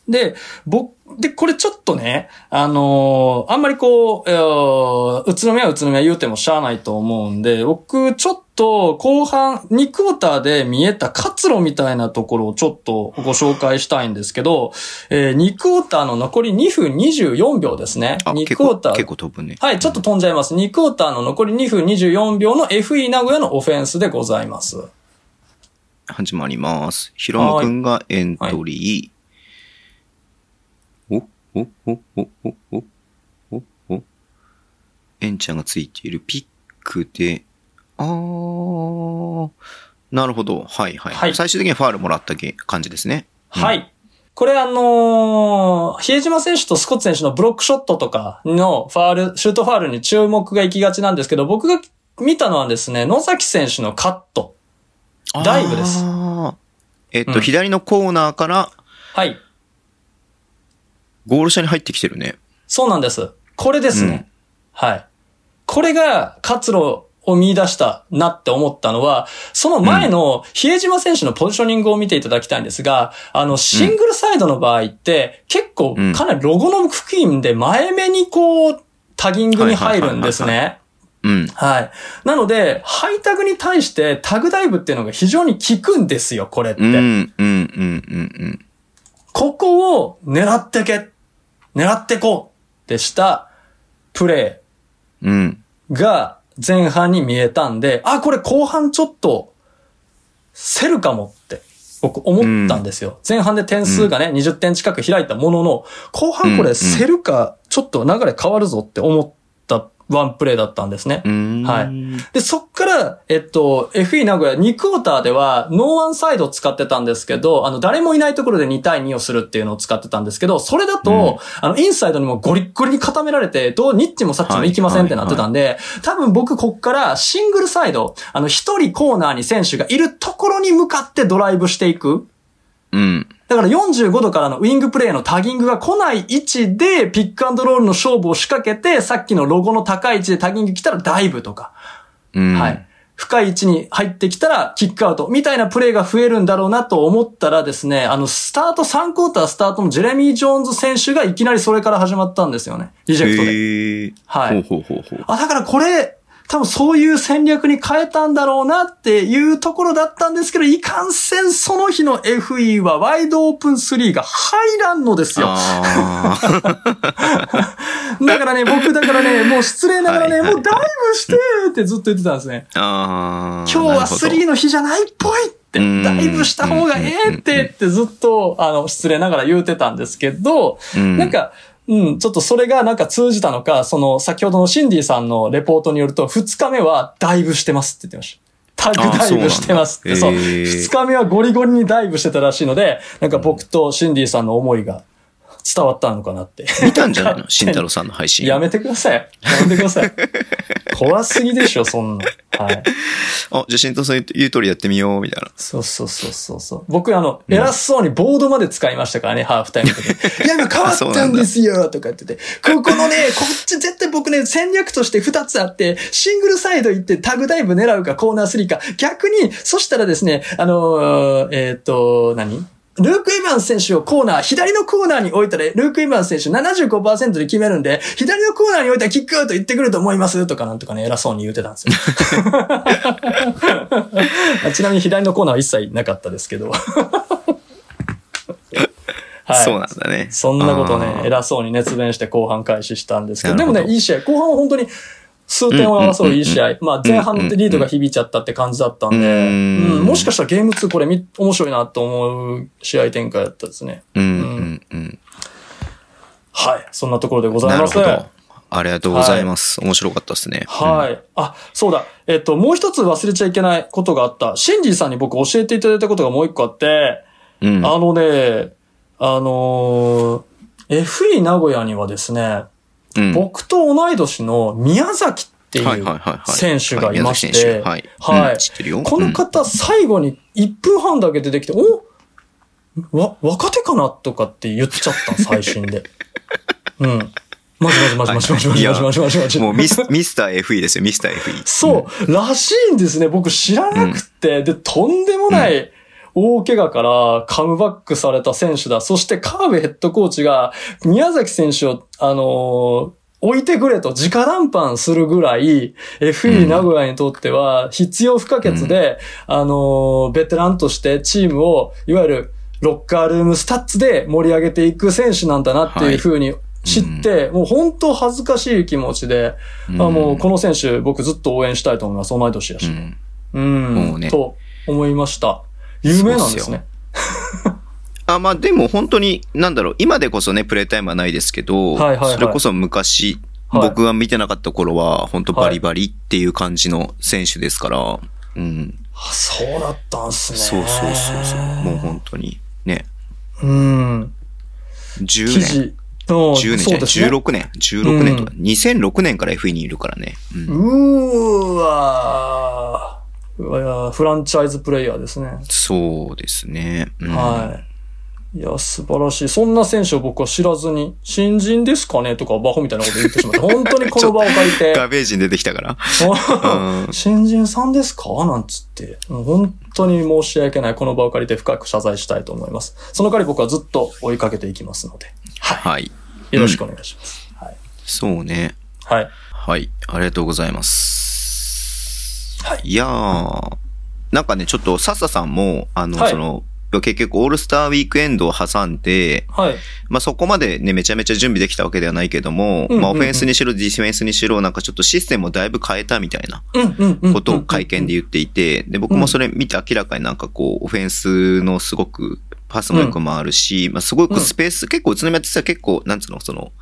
Speaker 2: で、僕、で、これちょっとね、あのーあんまりこう、えー宇都宮は宇都宮言うてもしゃあないと思うんで、僕、ちょっと後半、2クォーターで見えた活路みたいなところをちょっとご紹介したいんですけど、え2クォーターの残り2分24秒ですね。
Speaker 1: あ、
Speaker 2: 2
Speaker 1: 結
Speaker 2: クォー
Speaker 1: 構、
Speaker 2: ター
Speaker 1: 結構飛ぶね。
Speaker 2: はい、ちょっと飛んじゃいます。2クォーターの残り2分24秒の FE 名古屋のオフェンスでございます。
Speaker 1: 始まります。ひろむくんがエントリー。お、お、お、お、お、お、お、お。エンちゃんがついているピックで、あー、なるほど。はいはい。
Speaker 2: はい
Speaker 1: 最終的にファールもらったげ感じですね。
Speaker 2: はい。これあのー比江島選手とスコット選手のブロックショットとかのファール、シュートファールに注目が行きがちなんですけど、僕が見たのはですね、野崎選手のカット。
Speaker 1: あー
Speaker 2: ダイブです。
Speaker 1: えっと、
Speaker 2: うん
Speaker 1: 左のコーナーから
Speaker 2: はい。
Speaker 1: ゴール下に入ってきてるね。
Speaker 2: そうなんです。これですね。はい。これが活路を見出したなって思ったのは、その前の比江島選手のポジショニングを見ていただきたいんですが、あの、シングルサイドの場合って、結構
Speaker 1: うん
Speaker 2: かなりロゴの付近で前目にこう、タギングに入るんです
Speaker 1: はい
Speaker 2: ね。
Speaker 1: うん。
Speaker 2: はい。なので、ハイタグに対してタグダイブっていうのが非常に効くんですよ、これって。
Speaker 1: うん、うん、うん、うん、
Speaker 2: ここを狙ってけ狙ってこうでしたプレ
Speaker 1: うん。うん。
Speaker 2: ーが前半に見えたんで、あ、これ後半ちょっと、せるかもって、僕思ったんですよ。前半で点数がね、20点近く開いたものの、後半こ
Speaker 1: うんう
Speaker 2: れ
Speaker 1: ん
Speaker 2: せるか、ちょっと流れ変わるぞって思ったワンプレーだったんですね。
Speaker 1: うーん。
Speaker 2: はいで、そっから、えっと、FE 名古屋2クォーターでは、ノーワンサイドを使ってたんですけど、あの、誰もいないところで2対2をするっていうのを使ってたんですけど、それだと、あの、インサイドにもゴリッゴリに固められて、どうニッチもサッチも行きませんってなってたんで、多分僕こっからシングルサイド、あの、一人コーナーに選手がいるところに向かってドライブしていく。
Speaker 1: うん。
Speaker 2: だから45度からのウィングプレーのタギングが来ない位置で、ピックアンドロールの勝負を仕掛けて、さっきのロゴの高い位置でタギング来たらダイブとか。
Speaker 1: うん。
Speaker 2: はい。。深い位置に入ってきたら、キックアウトみたいなプレーが増えるんだろうなと思ったらですね、あの、スタート、3クォータースタートのジェレミー・ジョーンズ選手がいきなりそれから始まったんですよね。リジェクトで。
Speaker 1: へえ。
Speaker 2: はい
Speaker 1: ほうほうほうほう。
Speaker 2: あ、だからこれ、多分そういう戦略に変えたんだろうなっていうところだったんですけど、いかんせんその日の FE はワイドオープン3が入らんのですよ。
Speaker 1: あ
Speaker 2: (laughs)
Speaker 1: ー
Speaker 2: だからね、僕だからね、もう失礼ながらね、
Speaker 1: はいはい
Speaker 2: もうダイブしてってずっと言ってたんですね。
Speaker 1: あー。
Speaker 2: (laughs) 今日は
Speaker 1: な
Speaker 2: 3
Speaker 1: る
Speaker 2: の日じゃないっぽいって、
Speaker 1: うん
Speaker 2: ダイブした方がええってってずっと、あの、失礼ながら言うてたんですけど、
Speaker 1: ほど、う
Speaker 2: なん、か、うん、ちょっとそれがなんか通じたのか、その、先ほどのシンディさんのレポートによると、2日目はダイブしてますって言ってました。タグダイブしてますって、
Speaker 1: あ
Speaker 2: そ。
Speaker 1: そううなんだへー
Speaker 2: 2日目はゴリゴリにダイブしてたらしいので、なんか僕とシンディさんの思いが伝わったのかなって。
Speaker 1: 見たんじゃないの慎太郎さんの配信。
Speaker 2: やめてください。やめてください。怖すぎでしょ、そんな。はい。
Speaker 1: あ、じゃあ慎太郎さん言う通りやってみよう、みたいな。
Speaker 2: そうそうそうそうそう。僕、あの、偉そうにボードまで使いましたからね、ハーフタイムの時にいや、今変わったんですよとか言ってて。ここのね、こっち絶対僕ね、戦略として2つあって、シングルサイド行ってタグダイブ狙うかコーナー3か。逆に、そしたらですね、あのーえっ、と、何ルーク・エヴァンス選手をコーナー、左のコーナーに置いたら、ルーク・エヴァンス選手75%で決めるんで、左のコーナーに置いたらキックアウト行ってくると思いますとかなんとかね、偉そうに言ってたんですよ。あちなみに左のコーナーは一切なかったで
Speaker 1: (laughs)
Speaker 2: すけど。はい。
Speaker 1: そうなんだね。
Speaker 2: そんなことね
Speaker 1: あ、ー
Speaker 2: 偉そうに熱弁して後半開始したんですけど、
Speaker 1: な
Speaker 2: で
Speaker 1: る
Speaker 2: も
Speaker 1: ほど
Speaker 2: ね、いい試合。後半は本当に数点を争ういい試合。まあ前半でリードが響いちゃったって感じだったんで、
Speaker 1: う
Speaker 2: うん
Speaker 1: ん
Speaker 2: もしかしたらゲーム2これ見面白いなと思う試合展開だったですね。
Speaker 1: うん、うん、うん。
Speaker 2: はい。そんなところでござ
Speaker 1: ないる
Speaker 2: ま
Speaker 1: ほ
Speaker 2: す。
Speaker 1: ど。ありがとうございます。面白かったですね。
Speaker 2: はい、あ、そうだ。えっと、もう一つ忘れちゃいけないことがあった。シンジーさんに僕教えていただいたことがもう一個あって、
Speaker 1: うん。うん。
Speaker 2: あのね、あのー、FE 名古屋にはですね、
Speaker 1: うん。
Speaker 2: 僕と同い年の宮崎って
Speaker 1: はいいうはいはいはい。
Speaker 2: 選手がいまし
Speaker 1: はい宮崎選
Speaker 2: て、
Speaker 1: 手はい。
Speaker 2: はい
Speaker 1: うん知ってるよ。
Speaker 2: この方最後に1分半だけ出てきて、おわ、若手かなとかって言っちゃった、最新
Speaker 1: (laughs)
Speaker 2: で。うん。マジマジマジマジマジマジマジマジマ
Speaker 1: う
Speaker 2: ジ
Speaker 1: ん。もうミス、ミスター FE ですよ、ミスター FE。
Speaker 2: そう、らしいんですね。僕知らなくて、で、とんでもない大怪我からカムバックされた選手だ。そして、河辺ヘッドコーチが宮崎選手を、あのー置いてくれと直談判するぐらい、FE 名古屋にとっては必要不可欠で、あのーベテランとしてチームを、いわゆるロッカールームスタッツで盛り上げていく選手なんだなっていうふうに知って、もう本当恥ずかしい気持ちで、
Speaker 1: うん
Speaker 2: あもうこの選手、僕ずっと応援したいと思います。同い年や
Speaker 1: う
Speaker 2: し。
Speaker 1: ん。
Speaker 2: うん。
Speaker 1: もうね
Speaker 2: と思いました。有名なんで
Speaker 1: そ
Speaker 2: す
Speaker 1: うっ
Speaker 2: ね。
Speaker 1: あ、まあでも本当に、なんだろう、今でこそね、プレイタイムはないですけど、
Speaker 2: はいはいはい
Speaker 1: それこそ昔、
Speaker 2: はい
Speaker 1: 僕が見てなかった頃は、本当バリバリっていう感じの選手ですから、うん。
Speaker 2: あそうだったんすね。
Speaker 1: そうそうそうそう。もう本当に、ね、
Speaker 2: う。うん。
Speaker 1: 10
Speaker 2: 記
Speaker 1: 年。
Speaker 2: 事の、
Speaker 1: 10年じゃ
Speaker 2: そう
Speaker 1: ない、
Speaker 2: ですね。
Speaker 1: 16年。16年とか、
Speaker 2: う
Speaker 1: 2006年から FE にいるからね。うん
Speaker 2: うーわーうわーフランチャイズプレイヤーですね。
Speaker 1: そうですね。うん
Speaker 2: はい。いや、素晴らしい。そんな選手を僕は知らずに、新人ですかねとか、バホみたいなこと言ってしまって、本当にこの場を借りて。
Speaker 1: (laughs) ガベージに出てきたから。うん
Speaker 2: 新人さんですかなんつって。もう本当に申し訳ない。この場を借りて深く謝罪したいと思います。その代わり僕はずっと追いかけていきますので。は
Speaker 1: はい。
Speaker 2: い。よろしくお願いします。はい。
Speaker 1: そうね。
Speaker 2: はい。
Speaker 1: はい。ありがとうございます。。
Speaker 2: はい
Speaker 1: やー、なんかね、ちょっと、笹さんも、あの、
Speaker 2: はい
Speaker 1: その、結局、オールスターウィークエンドを挟んで、
Speaker 2: はい。
Speaker 1: まあ、そこまでね、めちゃめちゃ準備できたわけではないけども、
Speaker 2: うんうん
Speaker 1: まあ、オフェンスにしろ、ディフェンスにしろ、なんかちょっとシステムをだいぶ変えたみたいな
Speaker 2: うんうんうん。
Speaker 1: ことを会見で言っていて、で、僕もそれ見て明らかになんかこう、オフェンスのすごく、パスもよく回るし、まあ、すごくスペース、結構、宇都宮ってさ、結構、なんつうの、その、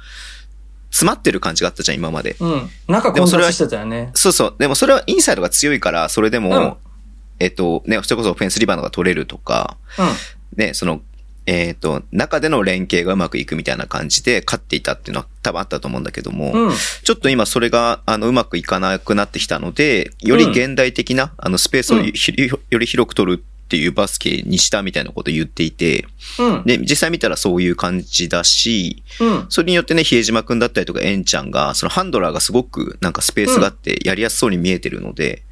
Speaker 1: 詰まってる感じがあったじゃん、今まで。
Speaker 2: うん。中混雑してたよね。
Speaker 1: そうそう。でもそれはインサイドが強いから、それでも、
Speaker 2: うん
Speaker 1: えっと、ね、それこそオフェンスリバウンドが取れるとか、
Speaker 2: う
Speaker 1: ね、その、えっと、中での連携がうまくいくみたいな感じで勝っていたっていうのは多分あったと思うんだけども、
Speaker 2: ん。うん。
Speaker 1: ちょっと今それが、あの、うまくいかなくなってきたので、より現代的な、あの、スペースを
Speaker 2: うん
Speaker 1: ひよより広く取るっていうバスケにしたみたいなことを言っていて、
Speaker 2: うん。
Speaker 1: で、実際見たらそういう感じだし、
Speaker 2: うん。
Speaker 1: それによってね、比江島くんだったりとか、エンちゃんが、そのハンドラーがすごくなんかスペースがあって、やりやすそうに見えてるので、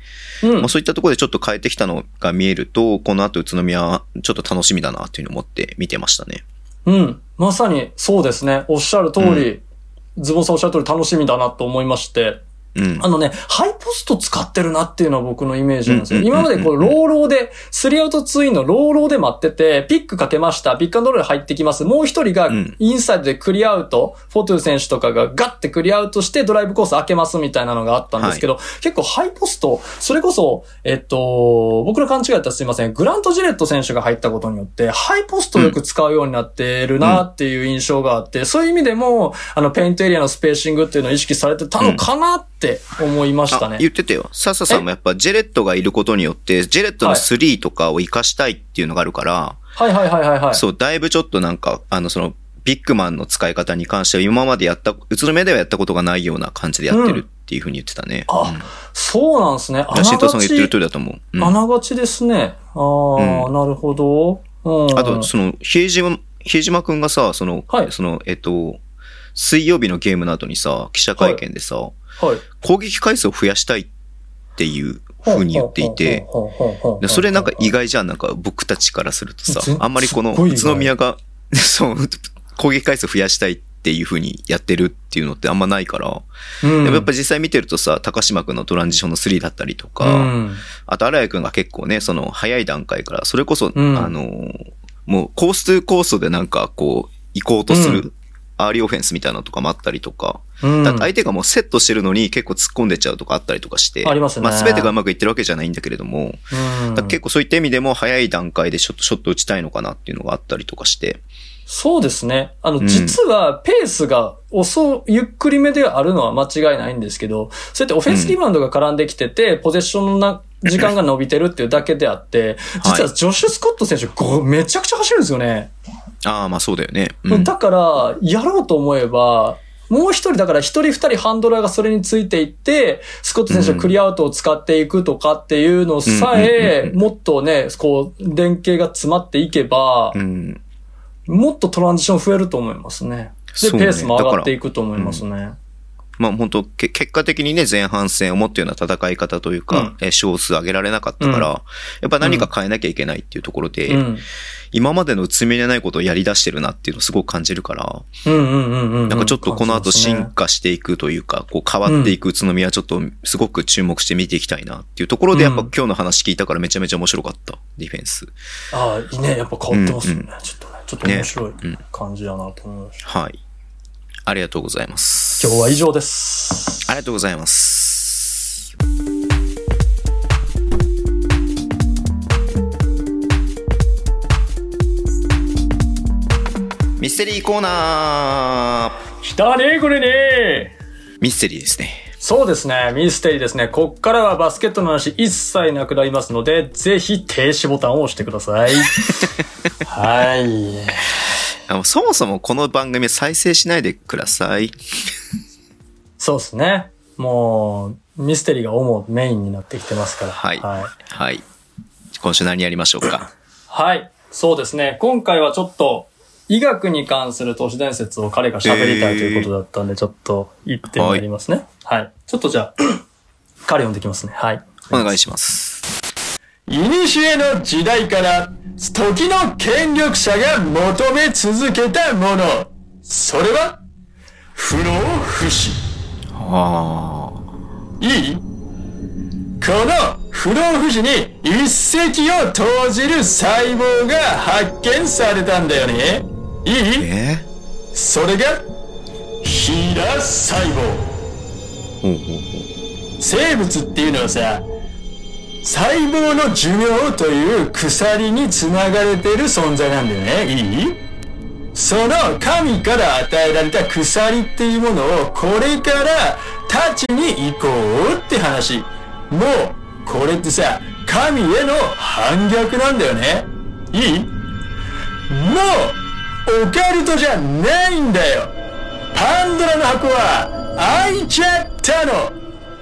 Speaker 2: うん
Speaker 1: まあ、。そういったところでちょっと変えてきたのが見えると、この後宇都宮はちょっと楽しみだなというのを思って見てましたね。
Speaker 2: うん。まさにそうですね。おっしゃる通り、ズボンさんおっしゃる通り楽しみだなと思いまして。
Speaker 1: うん
Speaker 2: あ。のね、ハイポスト使ってるなっていうのは僕のイメージなんですよ。
Speaker 1: うんうんうんう
Speaker 2: 今
Speaker 1: ん
Speaker 2: までこう、ローローで、スリーアウトツインのローローで待ってて、ピックかけました、ピックアンドロール入ってきます。もう一人が
Speaker 1: うん、
Speaker 2: インサイドでクリアアウト、フォトゥ選手とかがガッてクリアアウトして、ドライブコース開けますみたいなのがあったんですけど、結構ハイポスト、それこそ、えっと、僕の勘違いだったらすいません、グラント・ジレット選手が入ったことによって、ハイポストをよく使うようになってるなっていう印象があって、そういう意味でも、あの、ペイントエリアのスペーシングっていうのを意識されてたのかなって思いました
Speaker 1: あ
Speaker 2: ね。
Speaker 1: 言ってたよ。笹さんもやっぱジェレットがいることによって、ジェレットの3とかを活かしたいっていうのがあるから、
Speaker 2: はいはいはいはいはい。
Speaker 1: そう、だいぶちょっとなんか、あの、その、ビッグマンの使い方に関しては今までやった、宇都宮ではやったことがないような感じでやってるっていうふうに言ってたね。
Speaker 2: あ、そうなんですね。あ
Speaker 1: う。
Speaker 2: なん
Speaker 1: シント
Speaker 2: が
Speaker 1: さんが言ってる
Speaker 2: ち
Speaker 1: 通、りだと思う。うん
Speaker 2: あながちですね。ああ、なるほど。うん。
Speaker 1: あと、その、比江島、比江島くんがさ、その、
Speaker 2: はい
Speaker 1: その、えっと、水曜日のゲームの後にさ、記者会見でさ、
Speaker 2: はい。
Speaker 1: 攻撃回数を増やしたいっていう風に言っていて、
Speaker 2: ほんほんほんほんほんほんほん、
Speaker 1: でそれなんか意外じゃん、なんか僕たちからするとさ
Speaker 2: 全、
Speaker 1: あんまりこの
Speaker 2: すっごい意
Speaker 1: 宇
Speaker 2: 外
Speaker 1: 都宮が、 (laughs) そう、攻撃回数増やしたいっていう風にやってるっていうのってあんまないから、
Speaker 2: うん、
Speaker 1: でもやっぱ実際見てるとさ、高島くんのトランジションの3だったりとか、
Speaker 2: うん。
Speaker 1: あと、荒谷くんが結構ね、その、早い段階から、それこそ、
Speaker 2: うん
Speaker 1: あのー、もう、コース2コースでなんか、こう、行こうとす
Speaker 2: う
Speaker 1: る、アーリーオフェンスみたいなのとかもあったりとか、
Speaker 2: うん
Speaker 1: だって相手がもうセットしてるのに結構突っ込んでっちゃうとかあったりとかして、
Speaker 2: ありますね
Speaker 1: あ、全てがうまくいってるわけじゃないんだけれども、
Speaker 2: うん
Speaker 1: だから結構そういった意味でも、早い段階でちょっと、ショット打ちたいのかなっていうのがあったりとかして、
Speaker 2: そうですね。あの、
Speaker 1: うん
Speaker 2: 実は、ペースが遅、ゆっくりめであるのは間違いないんですけど、そうやってオフェンスリバウンドが絡んできてて、ポゼッションのな、時間が伸びてるっていうだけであって、実はジョシュ・スコット選手、ごめちゃくちゃ走るんですよね。
Speaker 1: ああ、まあそうだよね。うん。
Speaker 2: だから、やろうと思えば、もう一人、だから一人二人ハンドラーがそれについていって、スコット選手のクリアアウトを使っていくとかっていうのさ
Speaker 1: うんうん
Speaker 2: え
Speaker 1: う、ん
Speaker 2: もっとね、こう、連携が詰まっていけば
Speaker 1: う、ん。
Speaker 2: もっとトランジション増えると思いますね。で、
Speaker 1: そうね
Speaker 2: ペースも上がっていくと思いますね。
Speaker 1: まあ本当け結果的にね、前半戦思ったような戦い方というか、えー勝数上げられなかったから、
Speaker 2: うん
Speaker 1: やっぱ何か変えなきゃいけないっていうところで、
Speaker 2: うん。
Speaker 1: 今までの積みれないことをやり出してるなっていうのをすごく感じるから、
Speaker 2: うんうんうんうん。
Speaker 1: なんかちょっとこの後進
Speaker 2: 感
Speaker 1: 化していくというか、こう変わっていく宇都宮ちょっとすごく注目して見ていきたいなっていうところで、
Speaker 2: う
Speaker 1: や
Speaker 2: ん
Speaker 1: っぱ今日の話聞いたからめちゃめちゃ面白かった、ディフェンス。
Speaker 2: じますね。ああ、いいね。やっぱ変わってますよね。
Speaker 1: うん
Speaker 2: ちょっとね、ちょっと面
Speaker 1: う
Speaker 2: 白い
Speaker 1: ん
Speaker 2: 感じだなと思いました。
Speaker 1: はい。ありがとうございます。
Speaker 2: 今日は以上です。
Speaker 1: ありがとうございます。ミステリーコーナー
Speaker 2: 北リーグに
Speaker 1: ミステリーですね。
Speaker 2: そうですね。ミステリーですね。こっからはバスケットの話一切なくなりますので、ぜひ停止ボタンを押してくだ
Speaker 1: (laughs)
Speaker 2: さい。はい。
Speaker 1: あのそもそもこの番組は再生しないでください。
Speaker 2: そうですね。もう、ミステリーが主メインになってきてますから。
Speaker 1: はい
Speaker 2: はい。
Speaker 1: はい。今週何やりましょうか。
Speaker 2: はいそうですね。今回はちょっと、医学に関する都市伝説を彼が喋りたいということだったんで、ちょっと言ってまいりますね。はい、ちょっとじゃあ、 (clears throat) 彼読んできますね。はい。
Speaker 1: お願いします。
Speaker 2: いにしえの時代から時の権力者が求め続けたものそれは不老不死
Speaker 1: ああ。
Speaker 2: いいこの不老不死に一石を投じる細胞が発見されたんだよねいい
Speaker 1: え
Speaker 2: それがヒラ細胞
Speaker 1: ほうほう
Speaker 2: 生物っていうのはさ細胞の寿命という鎖につながれている存在なんだよねいいその神から与えられた鎖っていうものをこれからたちに行こうって話もうこれってさ神への反逆なんだよねいいもうオカルトじゃないんだよパンドラの箱は開いちゃったの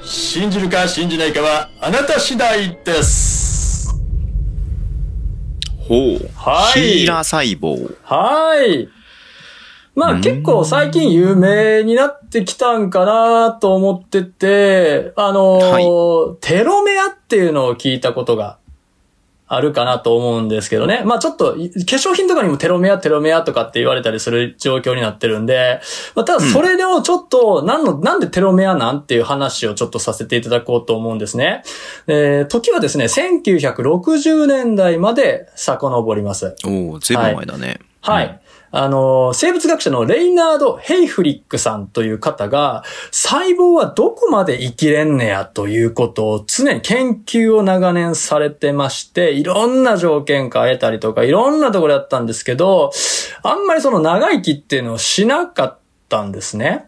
Speaker 2: 信じるか信じないかはあなた次第です。
Speaker 1: ほう。
Speaker 2: はい
Speaker 1: ヒーラー細胞。
Speaker 2: はい。まあ結構最近有名になってきたんかなと思ってて、あのーテロメアっていうのを聞いたことがあるかなと思うんですけどね。まあちょっとい化粧品とかにもテロメアテロメアとかって言われたりする状況になってるんで、まあただそれをちょっと、なんの、なんでテロメアなんっていう話をちょっとさせていただこうと思うんですね。えー時はですね、1960年代まで遡ります。
Speaker 1: おおずいぶん前だね。
Speaker 2: はい。あの、生物学者のレイナード・ヘイフリックさんという方が、細胞はどこまで生きれんねやということを常に研究を長年されてまして、いろんな条件変えたりとか、いろんなところだったんですけど、あんまりその長生きっていうのをしなかったんですね。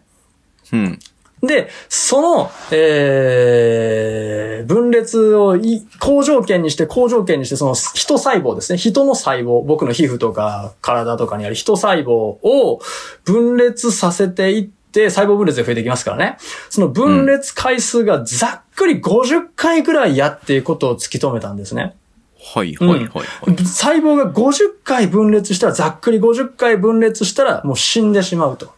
Speaker 1: うん。うん。
Speaker 2: で、その、えー、分裂をい好条件にして、好条件にして、その人細胞ですね。人の細胞、僕の皮膚とか体とかにある人細胞を分裂させていって、細胞分裂が増えていきますからね。その分裂回数がざっくり50回ぐらいやっていうことを突き止めたんですね。
Speaker 1: はいはいはいはい。
Speaker 2: 細胞が50回分裂したら、ざっくり50回分裂したら、もう死んでしまうと。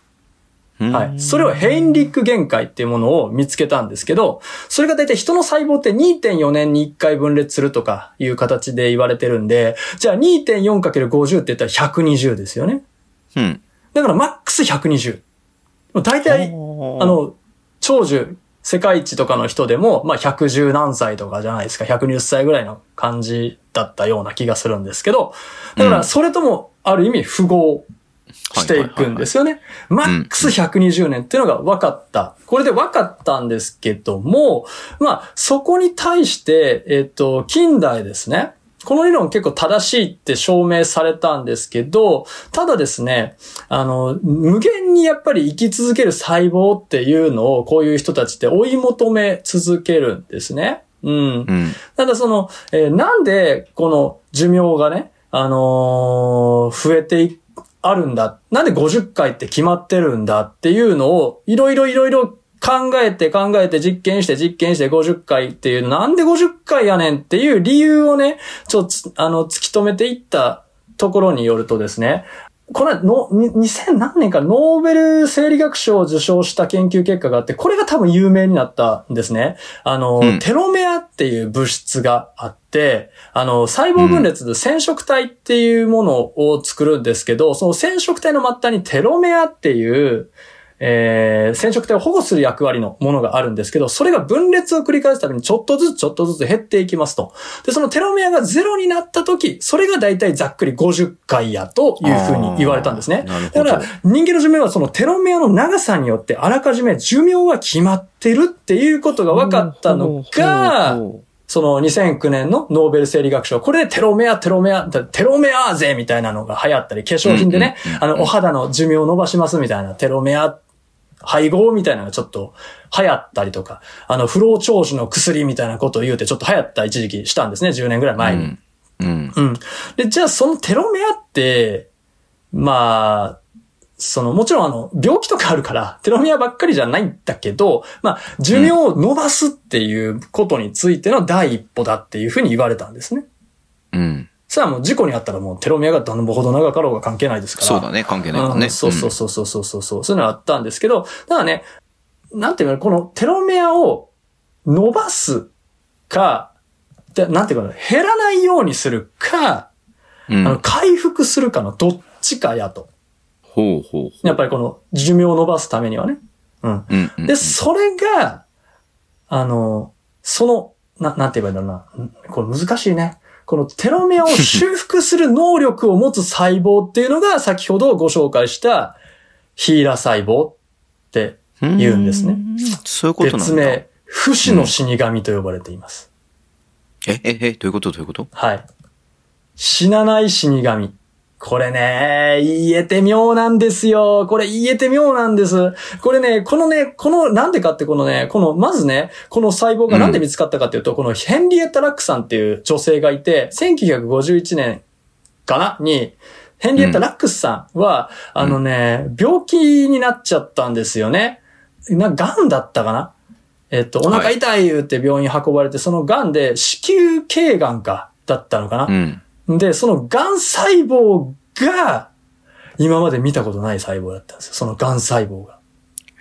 Speaker 1: うん
Speaker 2: はい。それをヘインリック限界っていうものを見つけたんですけど、それが大体人の細胞って2.4年に1回分裂するとかいう形で言われてるんで、じゃあ 2.4×50 って言ったら120ですよね。
Speaker 1: うん。
Speaker 2: だからマックス120。もう大体、
Speaker 1: ほう
Speaker 2: あ、の、長寿、世界一とかの人でも、まあ、110何歳とかじゃないですか、120歳ぐらいの感じだったような気がするんですけど、だから、それとも、ある意味、符合していくんですよね。マ
Speaker 1: いはい
Speaker 2: ックス120年っていうのが分かった。これで分かったんですけども、まあ、そこに対して、えっ、と、近代ですね。この理論結構正しいって証明されたんですけど、ただですね、あの、無限にやっぱり生き続ける細胞っていうのをこういう人たちって追い求め続けるんですね。うん
Speaker 1: う。ん。
Speaker 2: ただその、えーなんでこの寿命がね、あのー増えていあるんだ。なんで50回って決まってるんだっていうのを、いろいろいろいろ考えて考えて実験して実験して50回っていう、なんで50回やねんっていう理由をね、ちょっと、あの、突き止めていったところによるとですね、これはの、に2000何年かノーベル生理学賞を受賞した研究結果があって、これが多分有名になったんですね。あの、
Speaker 1: うん
Speaker 2: テロメアっていう物質があって、あの、細胞分裂で染色体っていうものを作るんですけど、その染色体の末端にテロメアっていう、えー、染色体を保護する役割のものがあるんですけど、それが分裂を繰り返すためにちょっとずつちょっとずつ減っていきますと。で、そのテロメアがゼロになった時、それが大体ざっくり50回やというふうに言われたんですね。
Speaker 1: なるほ
Speaker 2: だ
Speaker 1: ど
Speaker 2: から。、人間の寿命はそのテロメアの長さによって、あらかじめ寿命が決まってるっていうことが分かったの
Speaker 1: ほう
Speaker 2: が、
Speaker 1: ほうほ
Speaker 2: その2009年のノーベル生理学賞、これでテロメア、テロメア、テロメアーゼみたいなのが流行ったり、化粧品でね
Speaker 1: うんうん、
Speaker 2: あの、お肌の寿命を伸ばしますみたいな、テロメア配合みたいなのがちょっと流行ったりとか、あの、不老長寿の薬みたいなことを言うてちょっと流行った一時期したんですね、10年ぐらいう前に。
Speaker 1: うんうん。
Speaker 2: うん。で、じゃあそのテロメアって、まあ、その、もちろんあの、病気とかあるから、テロメアばっかりじゃないんだけど、まあ、寿命を伸ばすっていうことについての第一歩だっていうふうに言われたんですね。
Speaker 1: うん。
Speaker 2: さあもう事故にあったらもうテロメアがどのほど長かろうが関係ないですから。
Speaker 1: そうだね、関係ないから
Speaker 2: う
Speaker 1: ね。
Speaker 2: んそうそうそうそうそうそうそう。そういうのあったんですけど、だからね、なんていうかな、このテロメアを伸ばすか、でなんていうかな、減らないようにするか、
Speaker 1: うん。うん
Speaker 2: あの、回復するかのどっちかやと。
Speaker 1: ほうほうほう。
Speaker 2: やっぱりこの寿命を伸ばすためにはね。うん。
Speaker 1: うんうん。
Speaker 2: で、それが、あの、その、な、なんて言えばいいんだろうな。うんこれ難しいね。このテロメアを修復する能力を持つ細胞っていうのが (laughs) 先ほどご紹介したヒイラ細胞って言うんですね
Speaker 1: う。そういうことな
Speaker 2: 別
Speaker 1: んだ。え、
Speaker 2: 名、不死の死神と呼ばれています。
Speaker 1: え、え、どういうことどういうこと
Speaker 2: はい。死なない死神。これね、言えて妙なんですよ。これ言えて妙なんです。これね、このね、この、なんでかってこのね、この、まずね、この細胞がなんで見つかったかっていうと、このヘンリエッタ・ラックさんっていう女性がいて、1951年かなに、ヘンリエッタ・ラックスさんは、
Speaker 1: ん
Speaker 2: あのね、病気になっちゃったんですよね。な、癌だったかなえっと、お腹痛い言うて病院運ばれて、その癌で子宮頸癌か、だったのかな
Speaker 1: う、ん。
Speaker 2: で、その癌細胞が、今まで見たことない細胞だったんですよ。その癌細胞が。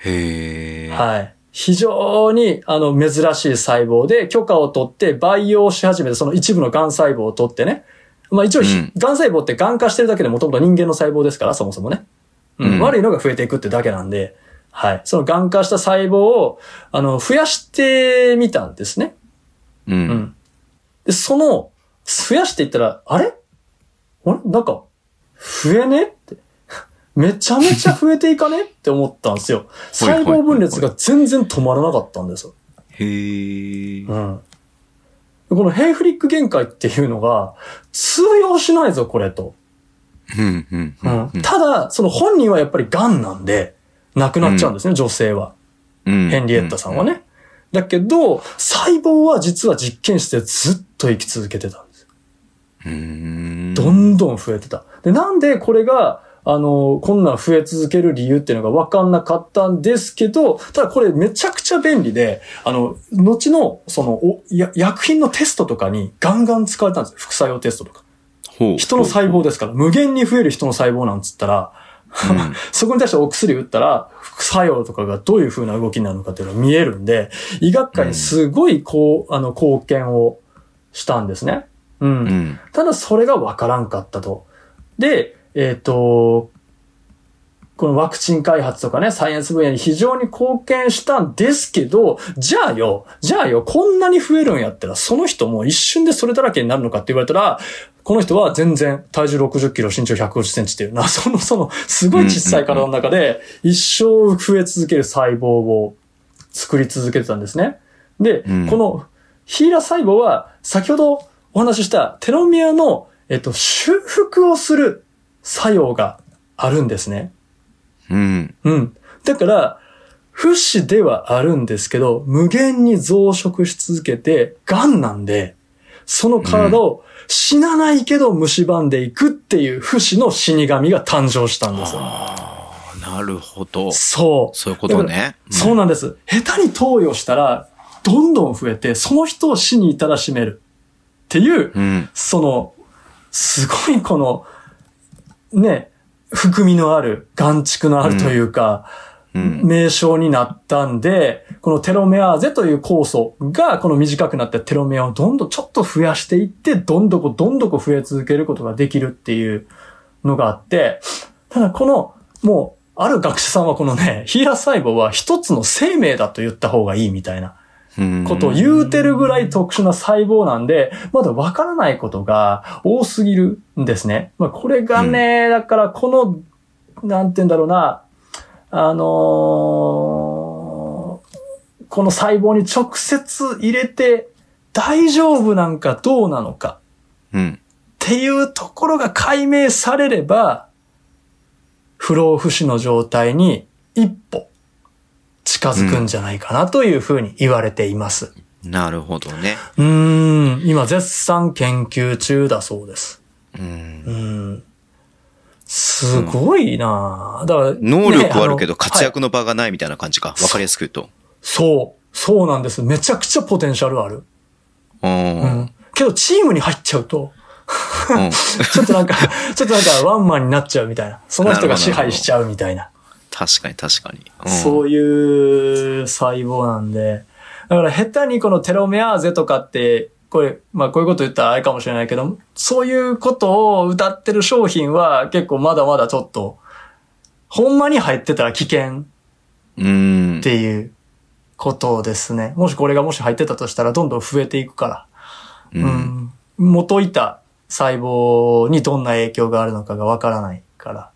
Speaker 1: へえ。
Speaker 2: はい。非常に、あの、珍しい細胞で、許可を取って培養し始めて、その一部の癌細胞を取ってね。まあ一応、
Speaker 1: うん
Speaker 2: 癌細胞って癌化してるだけでもともと人間の細胞ですから、そもそもね。うん
Speaker 1: うん
Speaker 2: 悪いのが増えていくってだけなんで、はい。その癌化した細胞を、あの、増やしてみたんですね。
Speaker 1: う。
Speaker 2: うんん。で、その、増やしていったら、あれあれなんか、増えねって。 (laughs) めちゃめちゃ増えていかね (laughs) って思ったんですよ。
Speaker 1: はいは
Speaker 2: 細
Speaker 1: いはい
Speaker 2: 胞分裂が全然止まらなかったんですよ。
Speaker 1: へえ。
Speaker 2: うん。このヘイフリック限界っていうのが、通用しないぞ、これと。
Speaker 1: うんうんう
Speaker 2: うんん。ただ、その本人はやっぱり癌なんで、亡くなっちゃうんですね、女性は。
Speaker 1: うん。
Speaker 2: ヘンリエッタさんはね。だけど、細胞は実は実験室でずっと生き続けてたんです。
Speaker 1: うーん。
Speaker 2: どんどん増えてた。で、なんでこれが、あの、こんなん増え続ける理由っていうのが分かんなかったんですけど、ただこれめちゃくちゃ便利で、あの、後の、その、おや薬品のテストとかにガンガン使われたんですよ。副作用テストとか。
Speaker 1: ほう
Speaker 2: 人の細胞ですから、無限に増える人の細胞なんつったら、
Speaker 1: うん
Speaker 2: そこに対してお薬打ったら、副作用とかがどういう風な動きになるのかっていうのが見えるんで、医学界にすごい、こう、あの、貢献をしたんですね。うん
Speaker 1: うん。
Speaker 2: ただそれがわからんかったと。で、えっ、と、このワクチン開発とかね、サイエンス分野に非常に貢献したんですけど、じゃあよ、じゃあよ、こんなに増えるんやったら、その人もう一瞬でそれだらけになるのかって言われたら、この人は全然体重60キロ、身長150センチっていうな、その、その、すごい小さい体の中で、一生増え続ける細胞を作り続けてたんですね。で、
Speaker 1: うん
Speaker 2: このヒーラ細胞は、先ほどお話ししたテロミアの、えっと、修復をする作用があるんですね。
Speaker 1: うん。
Speaker 2: うん。だから、不死ではあるんですけど、無限に増殖し続けて、癌なんで、その体を死なないけど蝕んでいくっていう不死の死神が誕生したんですよ。
Speaker 1: ああ、なるほど。
Speaker 2: そう。
Speaker 1: そういうことね。
Speaker 2: そうなんです。下手に投与したら、どんどん増えて、その人を死に至らしめる。っていう、
Speaker 1: うん。
Speaker 2: その、すごいこの、ね、含みのある、眼畜のあるというか、
Speaker 1: うん。
Speaker 2: 名称になったんで、このテロメアーゼという酵素が、この短くなったテロメアをどんどんちょっと増やしていって、どんどこどんどこ増え続けることができるっていうのがあって、ただこの、もう、ある学者さんはこのね、ヒーラー細胞は一つの生命だと言った方がいいみたいな。
Speaker 1: うん。
Speaker 2: ことを言うてるぐらい特殊な細胞なんで、まだわからないことが多すぎるんですね。まあ、これがね、だからこの、なんて言うんだろうな、あのーこの細胞に直接入れて大丈夫なんかどうなのか
Speaker 1: うん。
Speaker 2: っていうところが解明されれば、不老不死の状態に一歩近づくんじゃないかなというふうに言われています。
Speaker 1: なるほどね。
Speaker 2: うーん、今絶賛研究中だそうです。
Speaker 1: う。
Speaker 2: うんん。すごいなあだから、
Speaker 1: 能力はあるけ
Speaker 2: ね
Speaker 1: ど
Speaker 2: の
Speaker 1: 活
Speaker 2: はい
Speaker 1: 躍の場がないみたいな感じか。わかりやすく言うと。
Speaker 2: そう、そうなんです。めちゃくちゃポテンシャルある。
Speaker 1: う。
Speaker 2: うんん。けどチームに入っちゃうと、
Speaker 1: うん
Speaker 2: ちょっとなんか、 (laughs) ちょっとなんかワンマンになっちゃうみたいな。その人が支配しちゃうみたいな。
Speaker 1: (laughs) 確かに確かに。うん
Speaker 2: そういう細胞なんで。だから下手にこのテロメアーゼとかって、これ、まあこういうこと言ったらあれかもしれないけど、そういうことを歌ってる商品は結構まだまだちょっと、ほんまに入ってたら危険っ
Speaker 1: うん。
Speaker 2: ていうことですね。もしこれがもし入ってたとしたらどんどん増えていくから。
Speaker 1: う。
Speaker 2: うんん。元いた細胞にどんな影響があるのかがわからないから。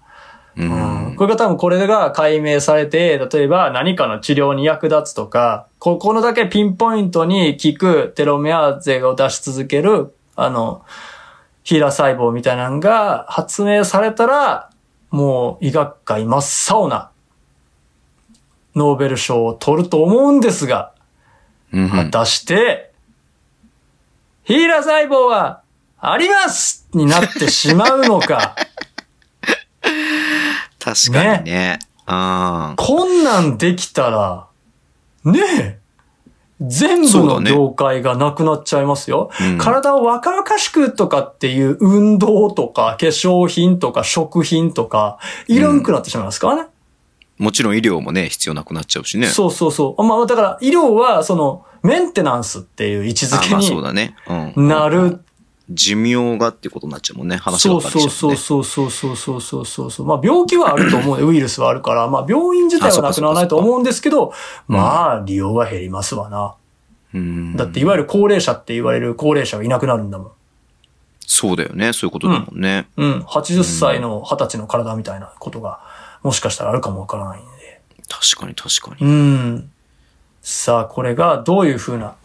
Speaker 1: う
Speaker 2: うん
Speaker 1: ん
Speaker 2: これが多分これが解明されて、例えば何かの治療に役立つとか、ここのだけピンポイントに効くテロメアゼを出し続ける、あの、ヒーラー細胞みたいなのが発明されたら、もう医学界真っ青なノーベル賞を取ると思うんですが、
Speaker 1: うん
Speaker 2: 果たして、ヒーラー細胞はありますになってしまうのか。
Speaker 1: 確かにね。ああ。
Speaker 2: こんなんできたら、ねえ、全部
Speaker 1: そうだ
Speaker 2: の
Speaker 1: ね
Speaker 2: 業界がなくなっちゃいますよ。
Speaker 1: うん
Speaker 2: 体を若々しくとかっていう運動とか化粧品とか食品とか、いらんくなってしまいますからね。
Speaker 1: もちろん医療もね、必要なくなっちゃうしね。
Speaker 2: そうそうそう。まあだから医療はそのメンテナンスっていう位置づ
Speaker 1: あ
Speaker 2: け
Speaker 1: まあそう
Speaker 2: に
Speaker 1: だね。うん。
Speaker 2: なる。
Speaker 1: 寿命がってことになっちゃうもんね。話が変
Speaker 2: そう
Speaker 1: わって
Speaker 2: そ
Speaker 1: きちゃ
Speaker 2: う
Speaker 1: う
Speaker 2: そ
Speaker 1: もん
Speaker 2: う
Speaker 1: ね。
Speaker 2: そうそうそうそうそうそうまあ病気はあると思う。ウイルスはあるから、まあ病院自体はなくならないと思うんですけど、
Speaker 1: そっか
Speaker 2: まあ利用は減りますわな。
Speaker 1: うん
Speaker 2: だっていわゆる高齢者って言われる高齢者がいなくなるんだもん。
Speaker 1: そうだよね。そういうことだもんね。
Speaker 2: うん。80歳の20歳の体みたいなことが、もしかしたらあるかもわからないんで。
Speaker 1: 確かに確かに。
Speaker 2: うん。さあ、これがどういう風な、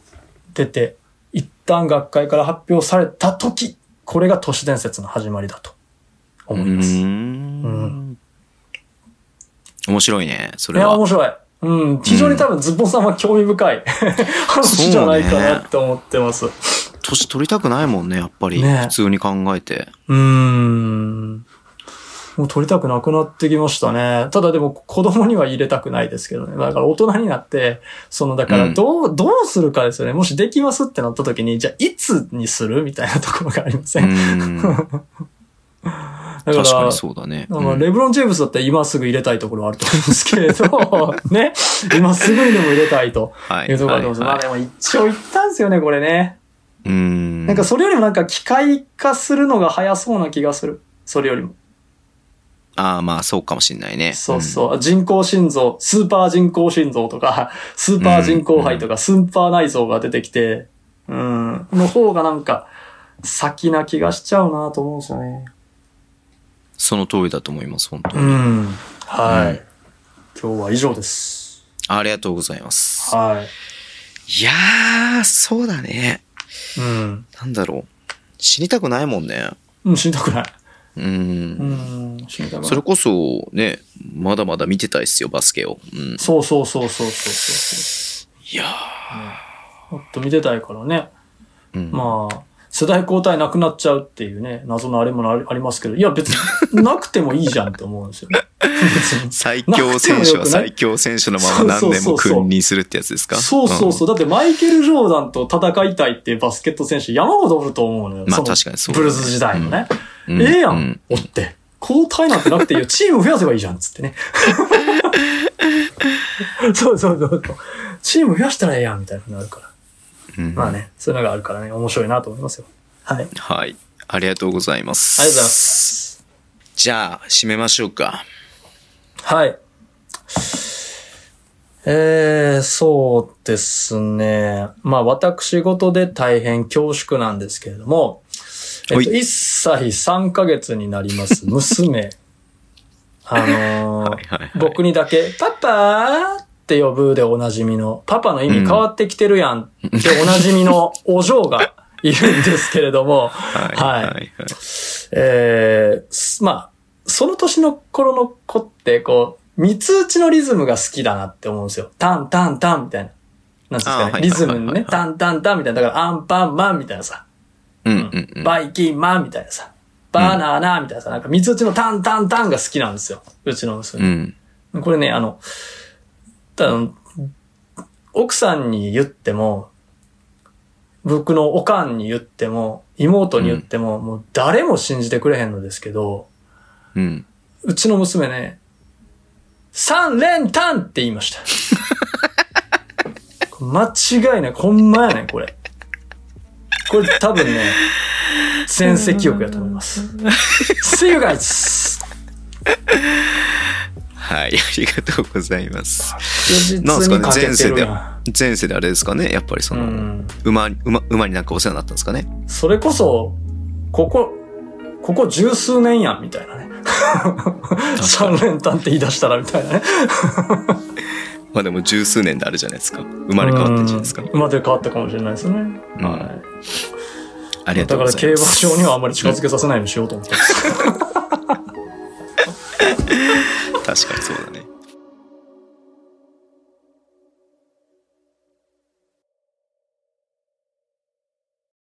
Speaker 2: 出て、一旦学会から発表された時、これが都市伝説の始まりだと思いま
Speaker 1: う
Speaker 2: す。
Speaker 1: ー
Speaker 2: い
Speaker 1: ん面白いね。それ
Speaker 2: や、
Speaker 1: は。
Speaker 2: 面白い。うん。非常に多分ズッポンさんは興味深い (laughs) 話じゃないかなって思ってます。
Speaker 1: 年取りたくないもんね、やっぱり。
Speaker 2: ね
Speaker 1: 普通に考え
Speaker 2: (laughs)
Speaker 1: て。
Speaker 2: うーん。もう取りたくなくなってきましたね。ただでも子供には入れたくないですけどね。だから大人になって、そのだか
Speaker 1: う
Speaker 2: ら
Speaker 1: ん
Speaker 2: どう、どうするかですよね。もしできますってなった時に、じゃあいつにするみたいなところがありませ。
Speaker 1: うんん。確
Speaker 2: だから、
Speaker 1: かにそうだね。
Speaker 2: だから
Speaker 1: うん
Speaker 2: レブロン・ジェームスだったら今すぐ入れたいところはあると思うんですけ
Speaker 1: (laughs)
Speaker 2: れど、ね。今すぐにでも入れたいと
Speaker 1: はい。
Speaker 2: いうところがあります。
Speaker 1: はいはい
Speaker 2: まあでも一応言ったんですよね、これね。
Speaker 1: うん。
Speaker 2: なんかそれよりもなんか機械化するのが早そうな気がする。それよりも。
Speaker 1: ああ、まあそうかもしんないね。
Speaker 2: そうそう。人工心臓、スーパー人工心臓とか、 (laughs) スーパー人工肺とか、スーパー内臓が出てきて、うん、の方がなんか、先な気がしちゃうなと思うんですよ
Speaker 1: うん。
Speaker 2: ね。
Speaker 1: その通りだと思います、本当
Speaker 2: う
Speaker 1: に。
Speaker 2: ん。はい。
Speaker 1: うん
Speaker 2: 今日は以上です。
Speaker 1: ありがとうございます。
Speaker 2: はい
Speaker 1: やー、そうだね。
Speaker 2: い。うん。
Speaker 1: なんだろう。死にたくないもんね。
Speaker 2: うん、死にたくない。
Speaker 1: う。
Speaker 2: うんん、死にたくない。
Speaker 1: それこそ、ね、まだまだ見てたいっすよ、バスケを。うん。
Speaker 2: そうそうそうそうそうそう
Speaker 1: いや
Speaker 2: そう。もっと見てたいからね。
Speaker 1: ー。うん
Speaker 2: まあ、世代交代なくなっちゃうっていうね、謎のあれもありありますけど、いや別になくてもいいじゃんって思うんですよ (laughs) ね。別に
Speaker 1: 最強選手は最強選手のまま何年も君臨するってやつですか
Speaker 2: そうそう
Speaker 1: う
Speaker 2: そう。だってマイケル・ジョーダンと戦いたいっていうバスケット選手山ほどおると思うのよ。
Speaker 1: ん。まあ
Speaker 2: その
Speaker 1: 確かにそう。
Speaker 2: ブルーズ時代のね。
Speaker 1: うん。
Speaker 2: ええや、
Speaker 1: うん
Speaker 2: おって。交代なんてなくていいよ。チーム増やせばいいじゃん、つっ
Speaker 1: (laughs)
Speaker 2: てね。そうそうそうそう。チーム増やしたらええやん、みたいなふうになるから。
Speaker 1: うん
Speaker 2: まあね、そういうのがあるからね、面白いなと思いますよ。はい。ありがとう
Speaker 1: はい。ありがとうございます。
Speaker 2: ございま。す。
Speaker 1: じゃあ、締めましょうか。
Speaker 2: はい。えー、そうですね。まあ、私事で大変恐縮なんですけれども、えっと、
Speaker 1: はい
Speaker 2: 1歳3ヶ月になり
Speaker 1: (laughs)
Speaker 2: ます、娘。あのー
Speaker 1: はいはいはい
Speaker 2: 僕にだけ、パパーって呼ぶでおなじみの、パパの意味変わってきてるやんっておなじみのお嬢がいるんですけれども、
Speaker 1: はい。
Speaker 2: はい
Speaker 1: はい。
Speaker 2: えーすまあ、その年の頃の子って、こう、三つ打ちのリズムが好きだなって思うんですよ。タンタンタンみたいな。なんていうんです
Speaker 1: あ
Speaker 2: か
Speaker 1: ーはいはいはいは
Speaker 2: ね。
Speaker 1: い
Speaker 2: リズムにね、タンタンタンみたいな。だからアンパンマンみたいなさ。
Speaker 1: うんうんうん。
Speaker 2: バイキンマンみたいなさ。バナナみたいなさ。なんか三つ打ちのタンタンタンが好きなんですよ。うちの娘。
Speaker 1: うん。
Speaker 2: これね、あの、ただ奥さんに言っても、僕のおかんに言っても、妹に言っても、もう誰も信じてくれへんのですけど、
Speaker 1: うん。
Speaker 2: うちの娘ね、三連単って言い
Speaker 1: (laughs)
Speaker 2: ました。間違いない。ほんまやねん、これ。これ多分ね、全席記憶やと思い
Speaker 1: (laughs)
Speaker 2: ます。See you guys!
Speaker 1: はい。あ (laughs) りがとうございます。
Speaker 2: 実
Speaker 1: なんすか
Speaker 2: に
Speaker 1: ね
Speaker 2: かけ
Speaker 1: 前
Speaker 2: て
Speaker 1: 世
Speaker 2: る
Speaker 1: で
Speaker 2: やん。、
Speaker 1: 前世であれですかねやっぱりその、
Speaker 2: うん
Speaker 1: 馬に、馬、馬になんかお世話になったんですかね
Speaker 2: それこそ、ここ、ここ十数年やん、みたいなね。 (laughs) 三連単って言い出したら、みたいなね。
Speaker 1: まあでも十数年であれじゃないですか。生まれ変わってんじゃないですか
Speaker 2: うん。生まれ変わったかもしれないですね。
Speaker 1: うん
Speaker 2: はい
Speaker 1: ありがと
Speaker 2: だ
Speaker 1: うご
Speaker 2: から
Speaker 1: ざい
Speaker 2: 競
Speaker 1: ま
Speaker 2: 馬
Speaker 1: す。
Speaker 2: 場にはあんまり近づけさせないようにしようと思ってます。
Speaker 1: 確かにそうだね。